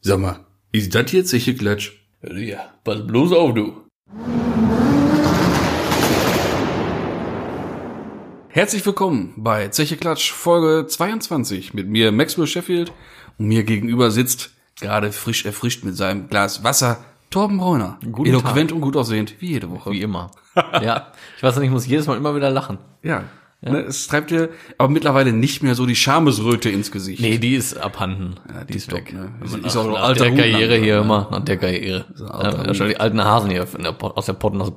Sag mal, ist das jetzt sicher Klatsch? Ja, pass bloß auf, du. Herzlich willkommen bei Zeche Klatsch Folge 22 mit mir Maxwell Sheffield und mir gegenüber sitzt gerade frisch erfrischt mit seinem Glas Wasser Torben Bräuner. Guten Eloquent Tag. und gut aussehend, wie jede Woche. Wie immer. ja. Ich weiß nicht, ich muss jedes Mal immer wieder lachen. Ja. Ne, es treibt dir aber mittlerweile nicht mehr so die Schamesröte ins Gesicht. Nee, die ist abhanden. Ja, die ist weg, ne? Ist, Ist- ist ist auch auch ein nach alter der Hut Karriere langsam, hier ne? immer, nach der Karriere. alter Ja, Hut. schon die alten Hasen hier von der, Pod- aus der Pod, aus,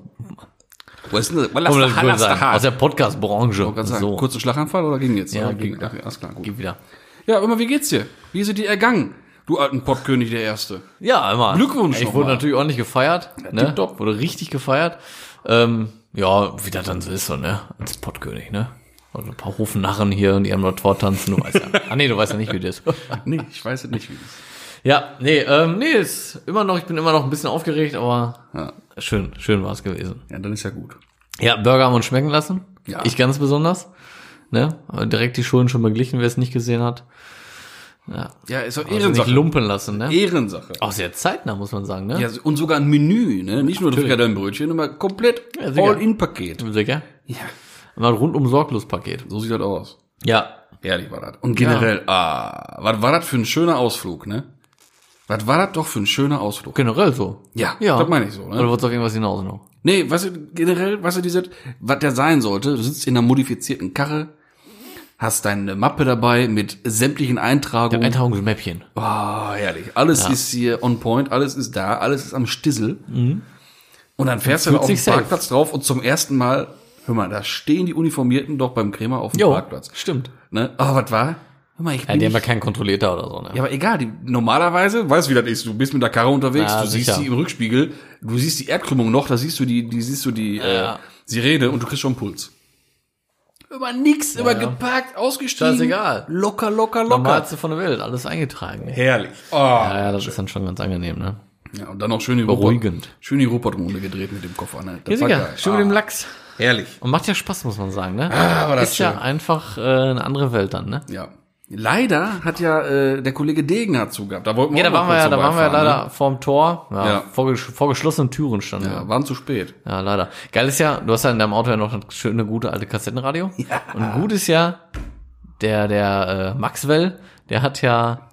Wo ist denn das? aus, Lass aus, Lass aus der Podcast-Branche. Ganz sagen, kurzen Schlaganfall oder ging jetzt? Ja, Oder ging. Ach, alles klar, gut. Geh wieder. Ja, immer wie geht's dir? Wie sind die ergangen? Du alten Pottkönig der Erste. Ja, immer. Glückwunsch Ich noch wurde mal. natürlich ordentlich gefeiert. ne? tipptopp. Wurde richtig gefeiert. Ähm, ja, wie das dann so ist, so, ne? Als Pottkönig, ne? Also ein paar Hofnarren hier und die haben dort vortanzen. Du weißt ja. ah, nee, du weißt ja nicht, wie das ist. Nee, ich weiß es nicht, wie das Ja, nee, ähm, nee, ist immer noch, ich bin immer noch ein bisschen aufgeregt, aber Ja. schön, schön war es gewesen. Ja, dann ist ja gut. Ja, Burger haben uns schmecken lassen. Ja. Ich ganz besonders. Ne? Aber Direkt die Schulden schon beglichen, wer es nicht gesehen hat. Ja, ist doch Also nicht Ehrensache. lumpen lassen, ne? Ehrensache. Auch sehr zeitnah, muss man sagen, ne? Ja, und sogar ein Menü, ne? Nicht nur das Frikadellenbrötchen, immer komplett Ja, sicher. All-In-Paket. Sicher. Ja, Mal rundum sorglos Paket. so sieht das aus. Ja, Ehrlich war das. Und generell, ah, was war das für ein schöner Ausflug, ne? Was war das doch für ein schöner Ausflug? generell so. Ja, ja. das meine ich so, ne? Oder wolltest du auf irgendwas hinaus noch? Nee, was generell, was er diese, was der sein sollte, du sitzt in einer modifizierten Karre, hast deine Mappe dabei mit sämtlichen Eintragungen. Eintragungsmäppchen. Ah, herrlich. Alles ist hier on point, alles ist da, alles ist am Stissel. Und dann fährst du da Mhm. Fühlt auf den sich safe. Parkplatz drauf und zum ersten Mal, hör mal, da stehen die Uniformierten doch beim Krämer auf dem Parkplatz. stimmt. Ne? Oh, was war? Hör mal, ich Ja, bin die haben nicht, ja keinen Kontrollierter oder so, ne? ja, aber egal, die, normalerweise, weißt du, wie das ist, du bist mit der Karre unterwegs, Ja, du sicher. siehst sie im Rückspiegel, du siehst die Erdkrümmung noch, da siehst du die, die siehst du die äh, Ja. Sirene und du kriegst schon einen Puls. Über nix, über geparkt, ausgestiegen. Scheißegal. Locker, locker, locker. Normalste von der Welt, alles eingetragen. ne? Herrlich. Oh. Ja, ja, das ist dann schon ganz angenehm, ne? Ja, und dann auch schön die Beruhigend. Rupert, schön die Rupertrunde gedreht mit dem Koffer. Ne? Ja, Das war sicher. geil. Schön mit dem Lachs. Herrlich. Und macht ja Spaß, muss man sagen, ne? Ah, aber das ist ist ja schön. einfach äh, eine andere Welt dann, ne? Ja. Leider hat ja äh, der Kollege Degener zugehabt. Da wollten Ja, da auch noch waren wir kurz ja, da waren wir ja vorbeifahren, ne? leider vorm Tor, ne? ja, Ja. Vor, gesch- vor geschlossenen Türen standen Ne? wir. Ja, waren zu spät. Ja, leider. Geil ist ja, du hast ja in deinem Auto ja noch eine schöne, gute alte Kassettenradio. Ja. Und gut ist ja, der, der äh, Maxwell, der hat ja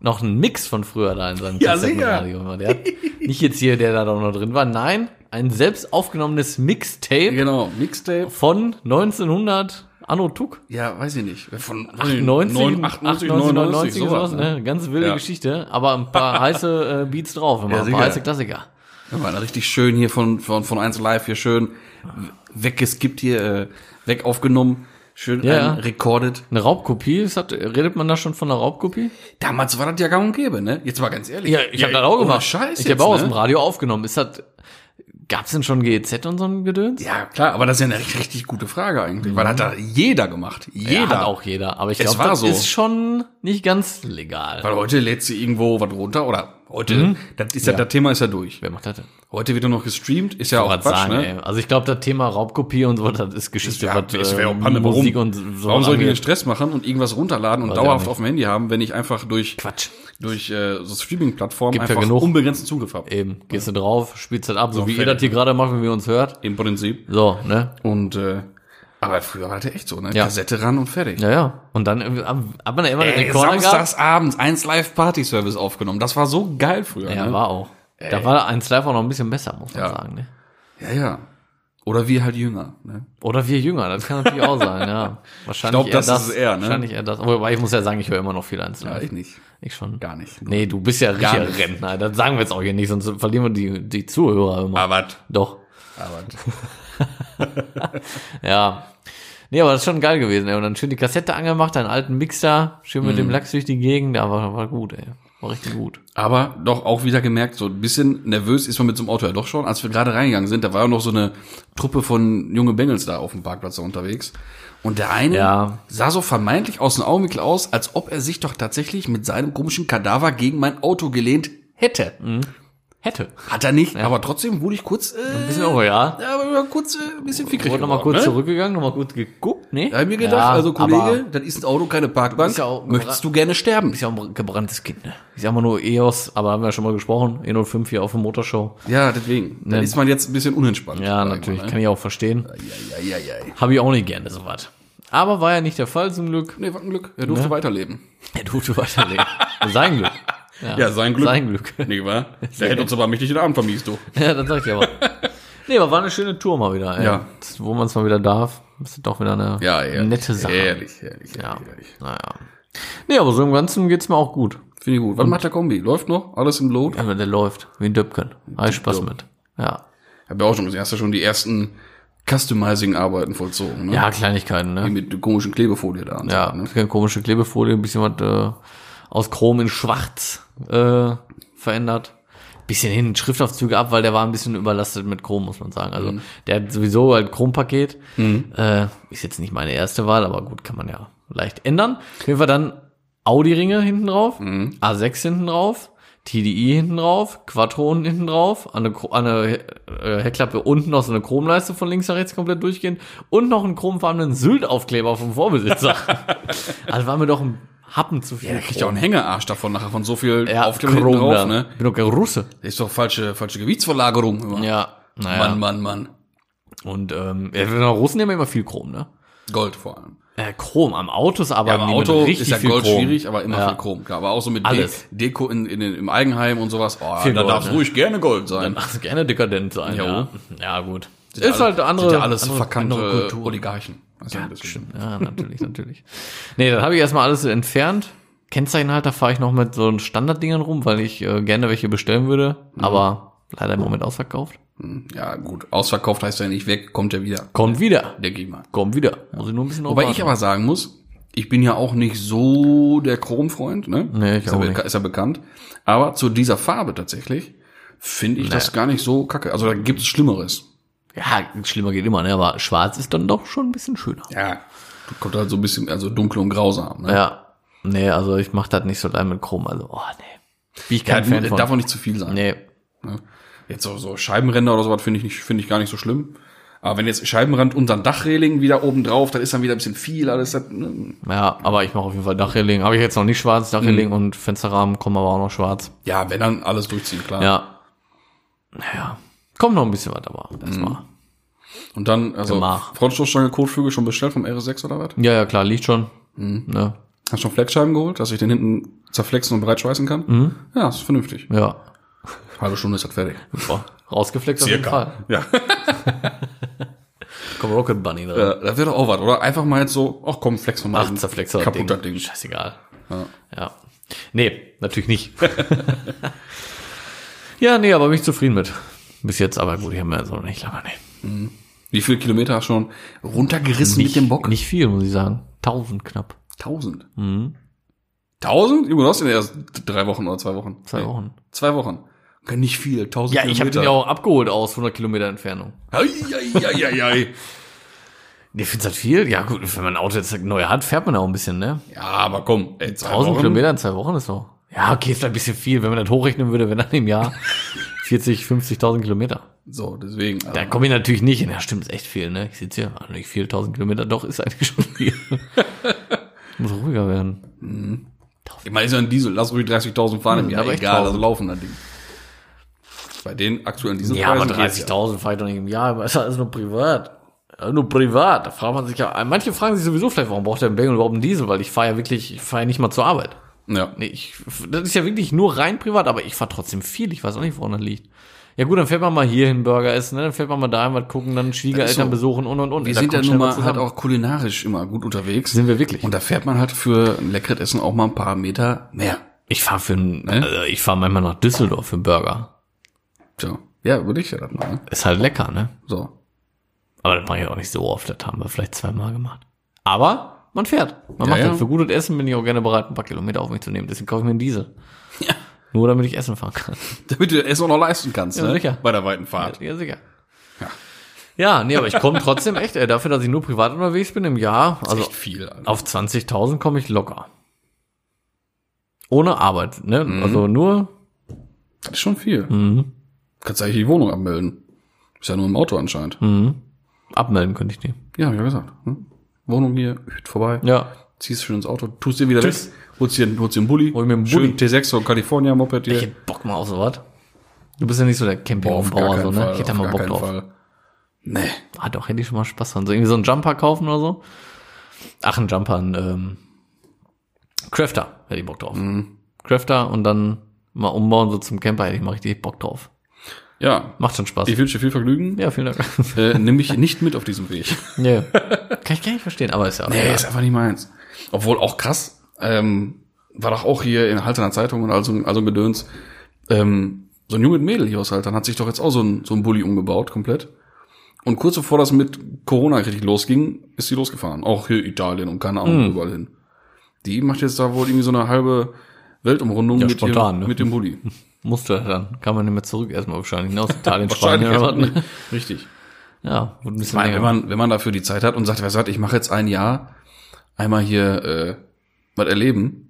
noch einen Mix von früher da in seinem Ja, Kassettenradio. immer. Der hat nicht jetzt hier, der da doch noch drin war, nein, ein selbst aufgenommenes Mixtape Genau, Mixtape. von 1900 Anno Tuck. Ja, weiß ich nicht. Von 90, 98, 99, 98, 99, sowas. sowas, Ne? ne? Ganz wilde Ja. Geschichte, aber ein paar heiße äh, Beats drauf, Ja, immer ein paar sicher. heiße Klassiker. Da war da richtig schön hier von, von, von 1 Live hier schön weggeskippt hier, äh, weg aufgenommen, schön Ja. ja. recorded. Eine Raubkopie, das hat, redet man da schon von einer Raubkopie? Damals war das ja gar und gäbe, ne? Jetzt mal ganz ehrlich. Ja, ich habe das auch ohne gemacht. Scheiß ich jetzt, habe auch aus ne? dem Radio aufgenommen. Ist das gab's denn schon GEZ und so ein Gedöns? Ja, klar, aber das ist ja eine richtig, richtig gute Frage eigentlich, weil hat da jeder gemacht. Jeder. Mhm. hat auch jeder, aber ich Es glaube, war das so. ist schon nicht ganz legal. Weil heute lädst du irgendwo was runter oder heute, das, ist ja. Mhm. Ja. das Thema ist ja durch. Wer macht das denn? Heute wird nur noch gestreamt, ist ja auch Was Quatsch, sagen, ne? ey. Also ich glaube, das Thema Raubkopie und so, das ist Geschichte. Ja, was, es äh, wäre auch Panne, warum? Musik und so warum soll ich mir den angeht. Stress machen und irgendwas runterladen und ja dauerhaft nicht. auf dem Handy haben, wenn ich einfach durch, Oh, Quatsch. durch äh, so Streaming-Plattformen Gibt ja einfach genug. unbegrenzten Zugriff habe? Eben, gehst du drauf, spielst das ab, so, wie ihr fertig. das hier gerade macht, wenn wir uns hört. Im Prinzip. So, ne? Und, äh, aber früher war das echt so, ne? Ja. Kassette ran und fertig. Ja, ja. Und dann äh, haben haben wir da immer den Ey, Rekorder gehabt. Samstagsabends, 1 Live Party Service aufgenommen. Das war so geil früher. Ja, ne? war auch. Da war eins live auch noch ein bisschen besser, muss man sagen, ne? Ja, ja. Oder wir halt jünger. Ne? Oder wir jünger, das kann natürlich auch sein, ja. glaub, Wahrscheinlich das ist es eher, ne? Wahrscheinlich eher das. Aber ich muss ja sagen, ich höre immer noch viel eins Ja, live. ich nicht. ich schon. Gar nicht. Nee, du bist ja Gar richtiger nicht. Rentner. Das sagen wir jetzt auch hier nicht, sonst verlieren wir die, die Zuhörer immer. Aber, Doch. aber. Ja. Nee, aber das ist schon geil gewesen, ey. Und dann schön die Kassette angemacht, einen alten Mixer, schön Mhm. mit dem Lachs durch die Gegend, da war, war gut, ey. War richtig gut. aber doch auch wieder gemerkt, so ein bisschen nervös ist man mit so einem Auto ja doch schon. Als wir gerade reingegangen sind, da war ja noch so eine Truppe von junge Bengels da auf dem Parkplatz da unterwegs. Und der eine Ja. sah so vermeintlich aus dem Augenblick aus, Mhm. als ob er sich doch tatsächlich mit seinem komischen Kadaver gegen mein Auto gelehnt hätte. hätte. Hat er nicht, aber trotzdem wurde ich kurz, äh, Ein bisschen, oh ja. ja, aber wir waren kurz, äh, ein bisschen fickrig Wurde nochmal geworden, kurz ne? zurückgegangen, nochmal kurz geguckt, ne? Da hab ich mir gedacht, also Kollege, dann ist ein Auto keine Parkbank. Ist ja auch- Möchtest du gerne sterben? Ist ja auch ein gebranntes Kind, ne? Ich sag mal nur EOS, aber haben wir ja schon mal gesprochen. E05 hier auf der Motorshow. Ja, deswegen. Dann ist man jetzt ein bisschen unentspannt. Ja, Sag mal, natürlich, ne? kann ich auch verstehen. Ja, ja, ja, ja. Habe ich auch nicht gerne sowas. Aber war ja nicht der Fall zum Glück. Nee, was ein Glück. Er Ne? durfte weiterleben. Er durfte weiterleben. Sein Glück. Ja, sein Glück. Ah. Sein Glück. Nee, war? Der hätte uns aber mächtig den Abend vermiest, du. Ja, das sag ich aber. Nee, aber war eine schöne Tour mal wieder. Ey. Ja. Das, wo man es mal wieder darf. Das ist doch wieder eine Ja, ja. nette Sache. Ehrlich, ehrlich, Ja. ehrlich, ehrlich. Naja. Nee, aber so im Ganzen geht's mir auch gut. Finde ich gut. Was macht der Kombi? Läuft noch? Alles im Load? Aber der läuft. Wie ein Döpken. Hab ich Spaß mit. Ja. Hab ja auch schon gesehen. Hast du schon die ersten Customizing-Arbeiten vollzogen, ne? Ja, Kleinigkeiten, ne? Mit der komischen Klebefolie da. und so, Ja, Ne? bisschen komische Klebefolie, ein bisschen was äh, aus Chrom in Schwarz äh, verändert. Bisschen hinten Schriftaufzüge ab, weil der war ein bisschen überlastet mit Chrom, muss man sagen. Also der hat sowieso halt Chrompaket. Äh, ist jetzt nicht meine erste Wahl, aber gut, kann man ja leicht ändern. Auf jeden Fall dann Audi-Ringe hinten drauf, A6 hinten drauf, TDI hinten drauf, Quattronen hinten drauf, an eine, Chro- an eine äh, Heckklappe unten noch so eine Chromleiste von links nach rechts komplett durchgehend und noch einen chromfarbenen Sylt-Aufkleber vom Vorbesitzer. also war mir doch ein Happen zu viel. Der kriegt ja auch einen Hängearsch davon nachher von so viel ja, Aufkleber hinten Chrom da. drauf, ne? Bin doch kein Russe. Das ist doch falsche, falsche Gewichtsverlagerung. Immer. Ja, naja. Mann, Mann, Mann. Und ähm, ja, wenn wir Russen nehmen, immer viel Chrom, ne? Gold vor allem. Äh, Chrom, am Autos arbeiten Beim Ähm, die mit Auto richtig ist ja viel Gold Chrom. schwierig, aber immer Ja. viel Chrom. Klar, aber auch so mit Alles. De Deko in, in, den- im Eigenheim und sowas. Oh, Viel da Gold, darf es ne? ruhig gerne Gold sein. Ach, gerne dekadent sein, Jo. ja. Ja, gut. Sind ist alle- halt andere, Sind ja alles andere, verkannte andere Kultur. Oligarchen. Also ein bisschen. Ja, natürlich, natürlich. Nee, dann habe ich erstmal alles entfernt. Kennzeichenhalter fahre ich noch mit so Standarddingern rum, weil ich äh, gerne welche bestellen würde, Mhm. aber leider im Moment ausverkauft. Ja, gut. Ausverkauft heißt ja nicht weg, kommt ja wieder, Kommt wieder. denke ich mal. Kommt wieder. Muss ich nur ein bisschen Wobei ich aber sagen muss, ich bin ja auch nicht so der Chromfreund, ne? Nee, ich ist, auch ja, nicht. beka- ist ja bekannt. Aber zu dieser Farbe tatsächlich finde ich das gar nicht so kacke. Also da gibt es Schlimmeres. Ja, schlimmer geht immer, ne? Aber schwarz ist dann doch schon ein bisschen schöner. Ja. Du kommt halt so ein bisschen, also dunkel und grausam. Ne? Ja. Nee, also ich mache das nicht so allein mit Chrom. Also, oh nee. Bin ich kein Kein Fan äh, von. Darf auch nicht zu viel sein. nee. Ne? Jetzt so, so Scheibenränder oder sowas finde ich nicht, finde ich gar nicht so schlimm. Aber wenn jetzt Scheibenrand und dann Dachreling wieder oben drauf, dann ist dann wieder ein bisschen viel alles. Das, ne? Ja, aber ich mache auf jeden Fall Dachreling. Habe ich jetzt noch nicht schwarz. Dachreling und Fensterrahmen kommen aber auch noch schwarz. Ja, wenn dann alles durchziehen, klar. Ja. Mhm. Naja. Kommt noch ein bisschen was, aber erstmal. Und dann, also Gemach. Frontstoßstange, Kotflügel schon bestellt vom RS6 oder was? Ja, ja, klar, liegt schon. Ne? Hast schon Fleckscheiben geholt, dass ich den hinten zerflexen und breitschweißen kann? Mhm. Ja, ist vernünftig. Ja. Halbe Stunde ist das fertig. Boah. Rausgefleckt auf jeden Fall. Ja. Kommt Rocket Bunny drin. ja, das wäre Äh, doch auch was, oder? Einfach mal jetzt so, ach komm, flex nochmal. Ach, zerflext das Kaputter Ding. Scheißegal. Ja. Nee, natürlich nicht. ja, nee, aber bin ich zufrieden mit. Bis jetzt, aber gut, ich habe mir so nicht lange. Nee. Wie viele Kilometer hast du schon runtergerissen mit dem Bock? Nicht viel, muss ich sagen. Tausend knapp. Tausend. Mhm. Tausend? Über das in den ersten drei Wochen oder zwei Wochen? Zwei Wochen. Zwei Wochen. Kann nicht viel, tausend Ja, ich habe den ja Kilometer. auch abgeholt aus 100 Kilometer Entfernung. ich hab den ja auch. Nee, findest du das viel? Ja gut, wenn man ein Auto jetzt neu hat, fährt man auch ein bisschen, ne? Ja, aber komm, ey, zwei 1000 Wochen. Kilometer in zwei Wochen ist so. Ja, okay, ist vielleicht ein bisschen viel. Wenn man das hochrechnen würde, wenn dann im Jahr 40, 50.000 Kilometer. So, deswegen. also- Da komme ich natürlich nicht hin. Ja, stimmt, ist echt viel, ne? Ich sitze hier, ah, nicht viel, 1000 Kilometer, doch, ist eigentlich schon viel. Muss ruhiger werden. Ich meine, ist ja ein Diesel, lass ruhig 30.000 fahren im Hm, Jahr, aber aber echt egal, 1000. also laufen das Ding. Bei den aktuellen Dieselpreisen Ja, aber geht's 30.000 fahre ich doch nicht im Jahr, aber ist alles nur privat. Ja, Nur privat, da fragt man sich ja, äh, manche fragen sich sowieso vielleicht, warum braucht der Bengel überhaupt einen Diesel, weil ich fahre ja wirklich, ich fahre ja nicht mal zur Arbeit. Ja. Nee, ich, das ist ja wirklich nur rein privat, aber ich fahre trotzdem viel. Ich weiß auch nicht, woran das liegt. Ja gut, dann fährt man mal hier hin Burger essen, ne? dann fährt man mal daheim was gucken, dann Schwiegereltern so. besuchen und und und. Wir Da sind ja kommt nun schnell was mal halt zusammen. auch kulinarisch immer gut unterwegs. Sind wir wirklich. Und da fährt man halt für ein leckeres Essen auch mal ein paar Meter mehr. Ich fahre für einen, Ne? äh, ich fahre manchmal nach Düsseldorf für einen Burger. So. Ja, würde ich ja das machen. Ist halt lecker, ne? So. Aber das mache ich auch nicht so oft. Das haben wir vielleicht zweimal gemacht. Aber man fährt. Man Ja, macht ja. das. Für gutes Essen bin ich auch gerne bereit, ein paar Kilometer auf mich zu nehmen. Deswegen kaufe ich mir einen Diesel. Ja. Nur damit ich Essen fahren kann. Damit du es auch noch leisten kannst, Ja, ne? sicher. Bei der weiten Fahrt. Ja, sicher. Ja. Ja, nee, aber ich komme trotzdem echt, ey, dafür, dass ich nur privat unterwegs bin im Jahr, also Echt viel. Alter. auf 20.000 Mhm. komme ich locker. Ohne Arbeit, ne? Also nur mhm, Das ist schon viel. Kannst eigentlich die Wohnung abmelden. Ist ja nur im Auto anscheinend. Hm. mhm. Abmelden könnte ich die. Ja, hab ich ja gesagt. Hm? Wohnung hier, hüt, vorbei. Ja. Ziehst schön ins Auto, tust dir wieder Tschüss. weg. Holst dir, holst dir einen Bulli. Hol mir einen Schön T6 von California Moped Ich hier. hätte Bock mal auf sowas. Du bist ja nicht so der Campingbauer, so, ne? ich hätte da auf mal gar Bock keinen drauf. Fall. Nee. Ah, doch, hätte ich schon mal Spaß dran. So irgendwie so einen Jumper kaufen oder so. Ach, einen Jumper, einen, ähm, Crafter hätte ich Bock drauf. Mhm. Crafter und dann mal umbauen so zum Camper, hätte ich mal richtig Bock drauf. Ja, Macht schon Spaß. ich wünsche dir viel Vergnügen. ja, vielen Dank. Äh, nimm mich nicht mit auf diesem Weg. nee. Kann ich gar nicht verstehen, aber ist ja auch Nee, egal. ist einfach nicht meins. Obwohl auch krass, ähm, war doch auch hier in Halterner Zeitung und also, also ein Gedöns, ähm, so ein junges Mädel hier aus Haltern hat sich doch jetzt auch so ein, so ein Bulli umgebaut, komplett. Und kurz bevor das mit Corona richtig losging, ist sie losgefahren. Auch hier Italien und keine Hm. Ahnung, überall hin. Die macht jetzt da wohl irgendwie so eine halbe Weltumrundung Ja, mit, ihrem- spontan, ne? mit dem Bulli. Musste er dann. Kann man nicht mehr zurück erstmal wahrscheinlich. Ne? Aus Italien, Wahrscheinlich. Spanien oder was. erstmal ne? nicht. Richtig. Ja, wurde ein bisschen Ich meine, länger. wenn man, wenn man dafür die Zeit hat und sagt, weißt du was, ich mache jetzt ein Jahr einmal hier äh, was erleben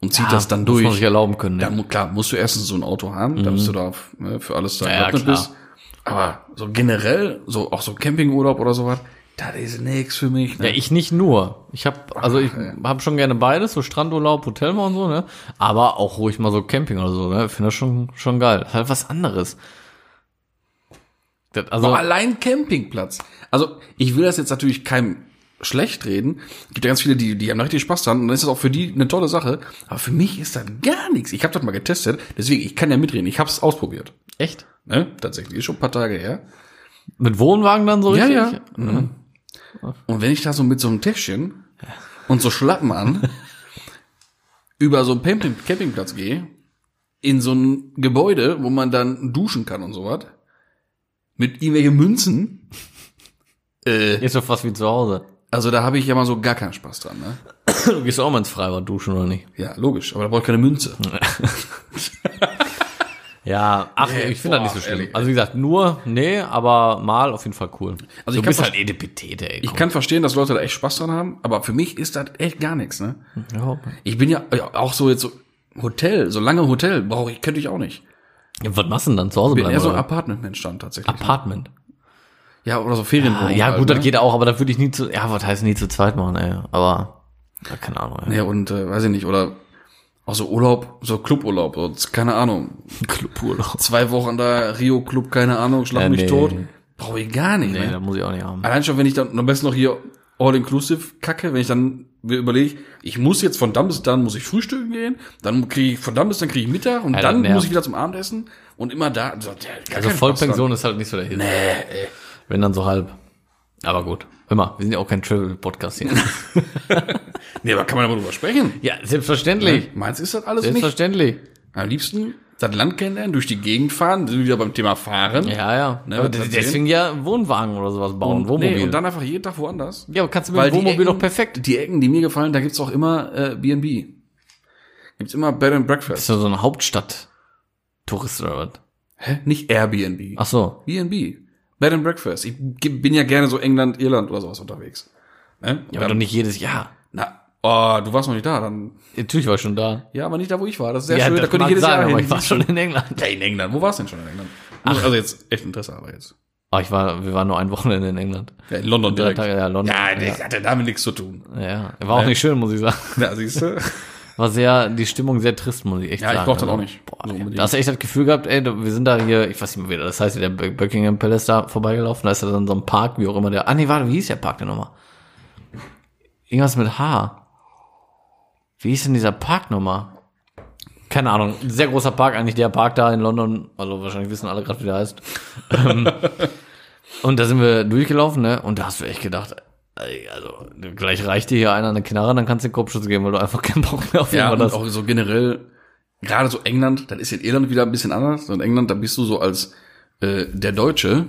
und zieht ja, das dann Ah, Muss man durch. sich erlauben können. Ne? Mhm. Dann, mu- klar, musst du erstens so ein Auto haben, damit du da f- ne, für alles da Ja, gewappnet klar. Aber so generell, so auch so Campingurlaub oder sowas, das ist nix für mich. Ja, Ne? ich nicht nur. Ich habe also ich habe schon gerne beides, so Strandurlaub, Hotel mal und so, ne? Aber auch ruhig mal so Camping oder so, ne? Ich finde das schon schon geil. Ist halt was anderes. Das, also Boah, allein Campingplatz. Also, ich will das jetzt natürlich keinem schlecht reden. Es gibt ja ganz viele, die, die haben da richtig Spaß dran und dann ist das auch für die eine tolle Sache. Aber für mich ist das gar nichts. Ich habe das mal getestet, deswegen, ich kann ja mitreden. Ich habe es ausprobiert. echt Ne? Tatsächlich, ist schon ein paar Tage her. mit Wohnwagen dann so richtig? Mhm. Und wenn ich da so mit so einem Täschchen und so Schlappen an über so einen Camping Campingplatz gehe, in so ein Gebäude, wo man dann duschen kann und sowas, mit irgendwelchen Münzen, äh, Ist doch fast wie zu Hause. also da habe ich ja mal so gar keinen Spaß dran. Ne? Du gehst auch mal ins Freibad duschen oder nicht? Ja, logisch, aber da brauche ich keine Münze. Ja, ach, Nee, ich finde das nicht so boah, schlimm. ehrlich. Also wie gesagt, nur nee, aber mal auf jeden Fall cool. Also du ich kann bist ver- halt Edepetete, ey. Ich kann verstehen, dass Leute da echt Spaß dran haben, aber für mich ist das echt gar nichts. Ne? ja, Ich bin ja ja, auch so jetzt so Hotel, so lange Hotel brauche ich, könnte ich auch nicht. was machst du denn dann zu Hause Ich bin bleiben? eher so ein oder? Apartment-Mensch dann tatsächlich. Apartment. Ja, oder so Ferienwohnung. Ah, ja, halt, gut, ne? das geht auch, aber das würde ich nie zu, ja, was heißt nie zu zweit machen, ey, aber, ja, keine Ahnung, ey. Ja, und äh, weiß ich nicht, oder auch so Urlaub, so Cluburlaub, so, z- keine Ahnung. Cluburlaub. Zwei Wochen da, Rio Club, keine Ahnung, schlag Ja, mich Äh, nee. tot. Brauche ich gar nicht. Nee, ne? das muss ich auch nicht haben. Allein schon, wenn ich dann am besten noch hier All-Inclusive kacke, wenn ich dann mir überlege, ich muss jetzt von dann bis dann muss ich frühstücken gehen, dann kriege ich von dann bis dann kriege ich Mittag und Ja, das dann nervt. muss ich wieder zum Abendessen und immer da. So, der, gar Also keinen Spaß dran. Vollpension ist halt nicht so der Hit. Nee, ey. Wenn dann so halb. Aber gut. Hör mal, wir sind ja auch kein Travel-Podcast hier. Nee, aber kann man darüber sprechen? ja, selbstverständlich. Meins ist das alles nicht. Selbstverständlich. Am liebsten das Land kennenlernen, durch die Gegend fahren, sind wir wieder beim Thema Fahren. Ja, ja. Ne, aber das des- sehen. deswegen ja Wohnwagen oder sowas bauen, Wohnmobil. Nee, und dann einfach jeden Tag woanders. ja, aber kannst du mit dem die Wohnmobil Ecken- doch perfekt. Die Ecken, die mir gefallen, da gibt's auch immer äh, B&B. Gibt's immer Bed and Das Breakfast. ist ja so eine Hauptstadt-Tourist oder was? Hä? Nicht Airbnb. Ach so. B&B. Bed and Breakfast. Ich ge- bin ja gerne so England, Irland oder sowas unterwegs. Ne? Ja, aber doch dann, nicht jedes Jahr. na, oh, du warst noch nicht da, dann. Natürlich war ich schon da. Ja, aber nicht da, wo ich war. Das ist sehr schön. Da das könnte ich mag jedes sein, Jahr aber hin. ich war schon in England. Ja, in England. Wo warst du denn schon in England? Also jetzt echt Interesse, aber jetzt. Ah, ich war, wir waren nur ein Wochenende in England. Ja, in London Drei direkt. Tage, ja, London. Ja, das hat ja damit nichts zu tun. ja. ja. War auch nicht schön, muss ich sagen. Ja, siehst du? War sehr, die Stimmung sehr trist, muss ich echt Ja, ich sagen. Also, brauch das auch nicht. Boah, So ja. unbedingt. da hast du echt das Gefühl gehabt, ey, da- wir sind da hier, ich weiß nicht mehr, wie das heißt, der Be- Buckingham Palace da vorbeigelaufen, da ist ja dann so ein Park, wie auch immer der, ah nee, warte, wie hieß der Park denn nochmal? Irgendwas mit H. Wie hieß denn dieser Park nochmal? Keine Ahnung, ein sehr großer Park, eigentlich der Park da in London, also wahrscheinlich wissen alle gerade, wie der heißt. Ähm, und da sind wir durchgelaufen, ne, und da hast du echt gedacht, ey, also, gleich reicht dir hier einer eine Knarre, dann kannst du den Kopfschutz geben, weil du einfach keinen Bock mehr auf Ja, und irgendwas hast. auch so generell, gerade so England, dann ist in Irland wieder ein bisschen anders. Und in England, da bist du so als äh, der Deutsche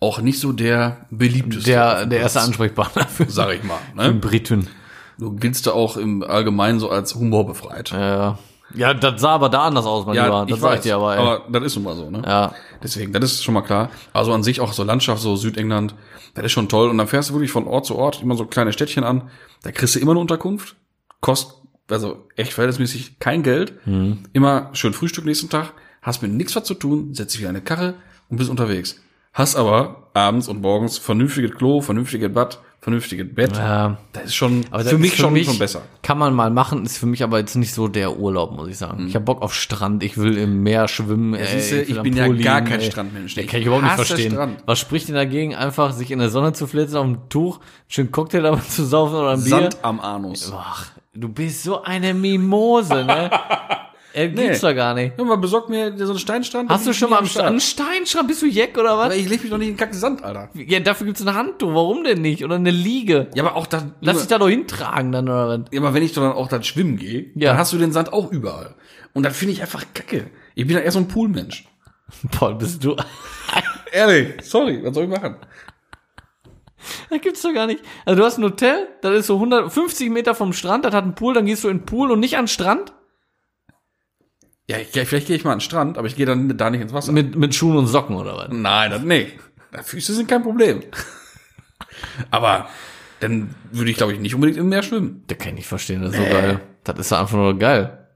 auch nicht so der beliebteste. der, der erste Ansprechpartner für sag ich mal. Ne? Briten. Du giltst da auch im Allgemeinen so als humorbefreit. Ja, Ja. ja, das sah aber da anders aus, mein Lieber. Das sag ich dir aber, ey. aber das ist nun mal so, ne? ja. Deswegen, das ist schon mal klar. Also an sich auch so Landschaft, so Südengland, das ist schon toll. Und dann fährst du wirklich von Ort zu Ort immer so kleine Städtchen an. Da kriegst du immer eine Unterkunft. Mhm. Kostet, also echt verhältnismäßig kein Geld. Immer schön Frühstück nächsten Tag. hast mit nichts was zu tun, setzt dich wieder in eine Karre und bist unterwegs. Hast aber abends und morgens vernünftiges Klo, vernünftiges Bad, vernünftiges Bett. Ja. Das ist schon Aber das für ist mich für schon, mich- schon besser. Kann man mal machen, ist für mich aber jetzt nicht so der Urlaub, muss ich sagen. Ich habe Bock auf Strand, ich will im Meer schwimmen. ey, siehste, will ich am bin Mhm. ja Pool liegen, gar kein ey. Strandmensch. Ja, Ich kann ich überhaupt nicht hasse verstehen. Strand. Was spricht denn dagegen, einfach sich in der Sonne zu flitzen, auf dem Tuch, einen schönen Cocktail dabei zu saufen oder ein Bier? Sand am Anus. Ach, du bist so eine Mimose, ne? Ey, gibt's Nee. doch gar nicht. Hör mal, besorg mir so einen Steinstrand. Hast du schon mal am Sta- an Steinstrand? Steinschrank? Bist du Jeck oder was? Ich leg mich doch nicht in den kacken Sand, Alter. Ja, dafür gibt's ein Handtuch, warum denn nicht? Oder eine Liege. Ja, aber auch dann. Lass dich da doch hintragen dann oder was? Ja, aber wenn ich doch dann auch dann schwimmen gehe, Ja. dann hast du den Sand auch überall. Und das finde ich einfach kacke. Ich bin ja eher so ein Poolmensch. Boah, bist du... Ehrlich, sorry, was soll ich machen? Das gibt's doch gar nicht. Also du hast ein Hotel, das ist so 150 Meter vom Strand, das hat einen Pool, dann gehst du in den Pool und nicht an den Strand? Ja, ich, vielleicht gehe ich mal an den Strand, aber ich gehe dann da nicht ins Wasser. Mit, mit Schuhen und Socken oder was? Nein, das nicht. Da Füße sind kein Problem. aber dann würde ich, glaube ich, nicht unbedingt im Meer schwimmen. Da kann ich nicht verstehen, das ist Nee. so geil. Das ist doch einfach nur geil.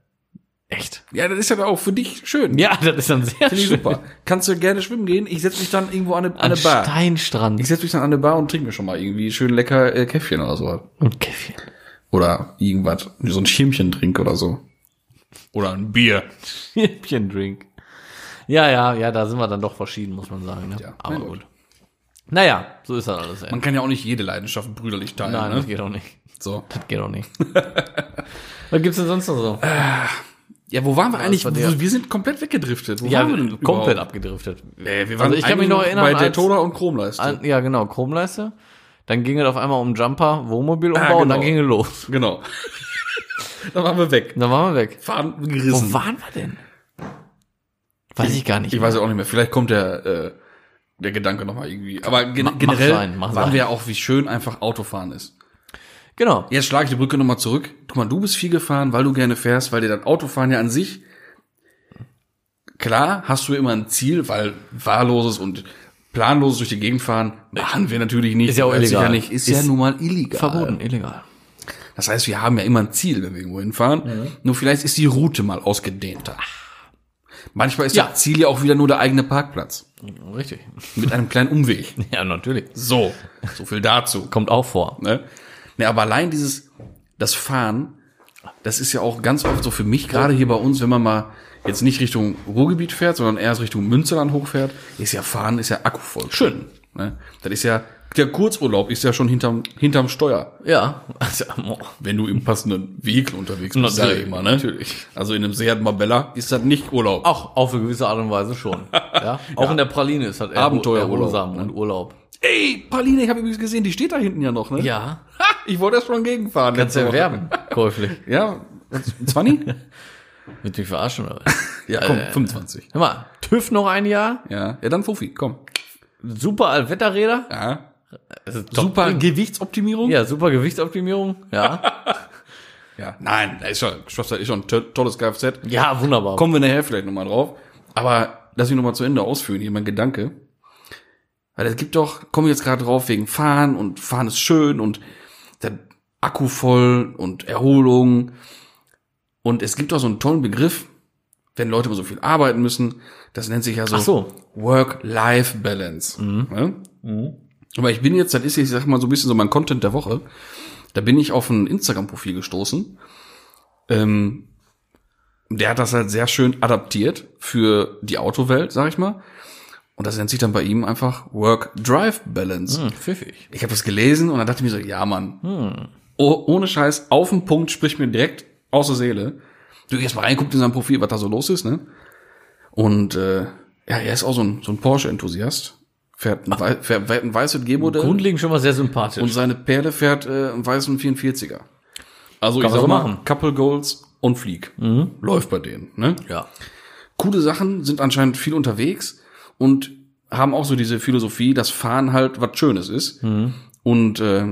Echt? Ja, das ist ja dann auch für dich schön. Ja, das ist dann sehr Finde ich schön. super. Kannst du gerne schwimmen gehen? Ich setze mich dann irgendwo an eine, an An eine Bar. Ich Steinstrand. setze mich dann an eine Bar und trinke mir schon mal irgendwie schön lecker äh, Käffchen oder so. Und Käffchen. Oder irgendwas. So ein Schirmchen trinke oder so. Oder ein Bier. Käffchen-Drink. Ja, ja, ja, da sind wir dann doch verschieden, muss man sagen. Ne? Ja, Aber mein gut. Gott. Naja, so ist das alles, ey. Man kann ja auch nicht jede Leidenschaft brüderlich teilen. Nein, das ne? geht auch nicht. so. Das geht auch nicht. was gibt's denn sonst noch so? Ja, wo waren wir eigentlich? war der- Wo, wir sind komplett weggedriftet. Wo ja, waren wir denn komplett überhaupt? abgedriftet. Nee, wir waren Also ich kann mich eigentlich noch bei erinnern, als- Daytona und Chromleiste. An, ja, genau, Chromleiste. Dann ging es auf einmal um Jumper, Wohnmobilumbau Ah, genau. und dann ging es los. genau. dann waren wir weg. Und dann waren wir weg. Fahren Wo gerissen. waren wir denn? Weiß ich gar nicht. ich weiß ja auch nicht mehr. Vielleicht kommt der, äh, der Gedanke nochmal irgendwie. Aber gen Mach- mach generell sein, mach waren sein. wir ja auch, wie schön einfach Autofahren ist. Genau. Jetzt schlage ich die Brücke nochmal zurück. Guck mal, du bist viel gefahren, weil du gerne fährst, weil dir das Autofahren ja an sich, klar hast du immer ein Ziel, weil wahlloses und planloses durch die Gegend fahren, machen wir natürlich nicht. Ist ja auch Hört sich illegal. Ja nicht, ist, ja Ist nun mal illegal. Verboten, illegal. Das heißt, wir haben ja immer ein Ziel, wenn wir irgendwo hinfahren. Mhm. Nur vielleicht ist die Route mal ausgedehnter. Manchmal ist Ja. das Ziel ja auch wieder nur der eigene Parkplatz. Richtig. Mit einem kleinen Umweg. Ja, natürlich. So, so viel dazu. Kommt auch vor. Ne? Ne, aber allein dieses, das Fahren, das ist ja auch ganz oft so für mich, gerade hier bei uns, wenn man mal jetzt nicht Richtung Ruhrgebiet fährt, sondern erst Richtung Münsterland hochfährt, ist ja Fahren, ist ja Akku voll. Schön. Ne? Das ist ja, der Kurzurlaub ist ja schon hinterm, hinterm Steuer, Ja. Also, oh. wenn du im passenden Vehikel unterwegs bist, sag Natürlich, ich mal. Ne? Natürlich. Also in einem Seat Marbella ist das nicht Urlaub. Auch auf eine gewisse Art und Weise schon. Ja? Auch in der Praline ist halt Abenteuerurlaub, erholsam und Urlaub. Ey, Pauline, ich habe übrigens gesehen, die steht da hinten ja noch, ne? Ja. Ha, ich wollte erst schon gegenfahren. Kannst du letzte Woche. erwerben, käuflich. Ja, 20? Willst du mich verarschen oder was? ja, komm, 25. Hör mal, TÜV noch ein Jahr, Ja, ja dann Fofi, komm. super Allwetterräder. Ja. Das ist also top. Super Gewichtsoptimierung. Ja, super Gewichtsoptimierung. Ja. ja. Nein, da ist schon, Schwester ist schon ein to- tolles Kfz. Ja, wunderbar. Kommen wir nachher vielleicht nochmal drauf. Aber lass mich nochmal zu Ende ausführen, hier mein Gedanke. Weil es gibt doch, komme ich jetzt gerade drauf, wegen Fahren und Fahren ist schön und der Akku voll und Erholung. Und es gibt doch so einen tollen Begriff, wenn Leute immer so viel arbeiten müssen, das nennt sich ja so, Ach so. Mhm. Work-Life-Balance. Ne? Aber ich bin jetzt, das ist, ich sag mal, so ein bisschen so mein Content der Woche. Da bin ich auf ein Instagram-Profil gestoßen. Ähm, der hat das halt sehr schön adaptiert für die Autowelt, sag ich mal. Und das nennt sich dann bei ihm einfach Work-Drive-Balance. Hm, pfiffig. Hm. Ich habe das gelesen und dann dachte ich mir so, ja, Mann. Oh, ohne Scheiß, auf den Punkt spricht mir direkt aus der Seele. Du gehst mal reinguckt in sein Profil, was da so los ist, ne? Und äh, ja, er ist auch so ein, so ein Porsche-Enthusiast. Fährt ein, wei fährt fährt ein weißes G-Modell Grundlegend schon mal sehr sympathisch. äh, und seine Perle fährt äh, einen weißen 44er. Also Kann ich man sag so mal, machen. Mhm. Couple Goals und Flieg. Läuft bei denen, ne? ja. coole Sachen, sind anscheinend viel unterwegs und haben auch so diese Philosophie, dass Fahren halt was Schönes ist und äh,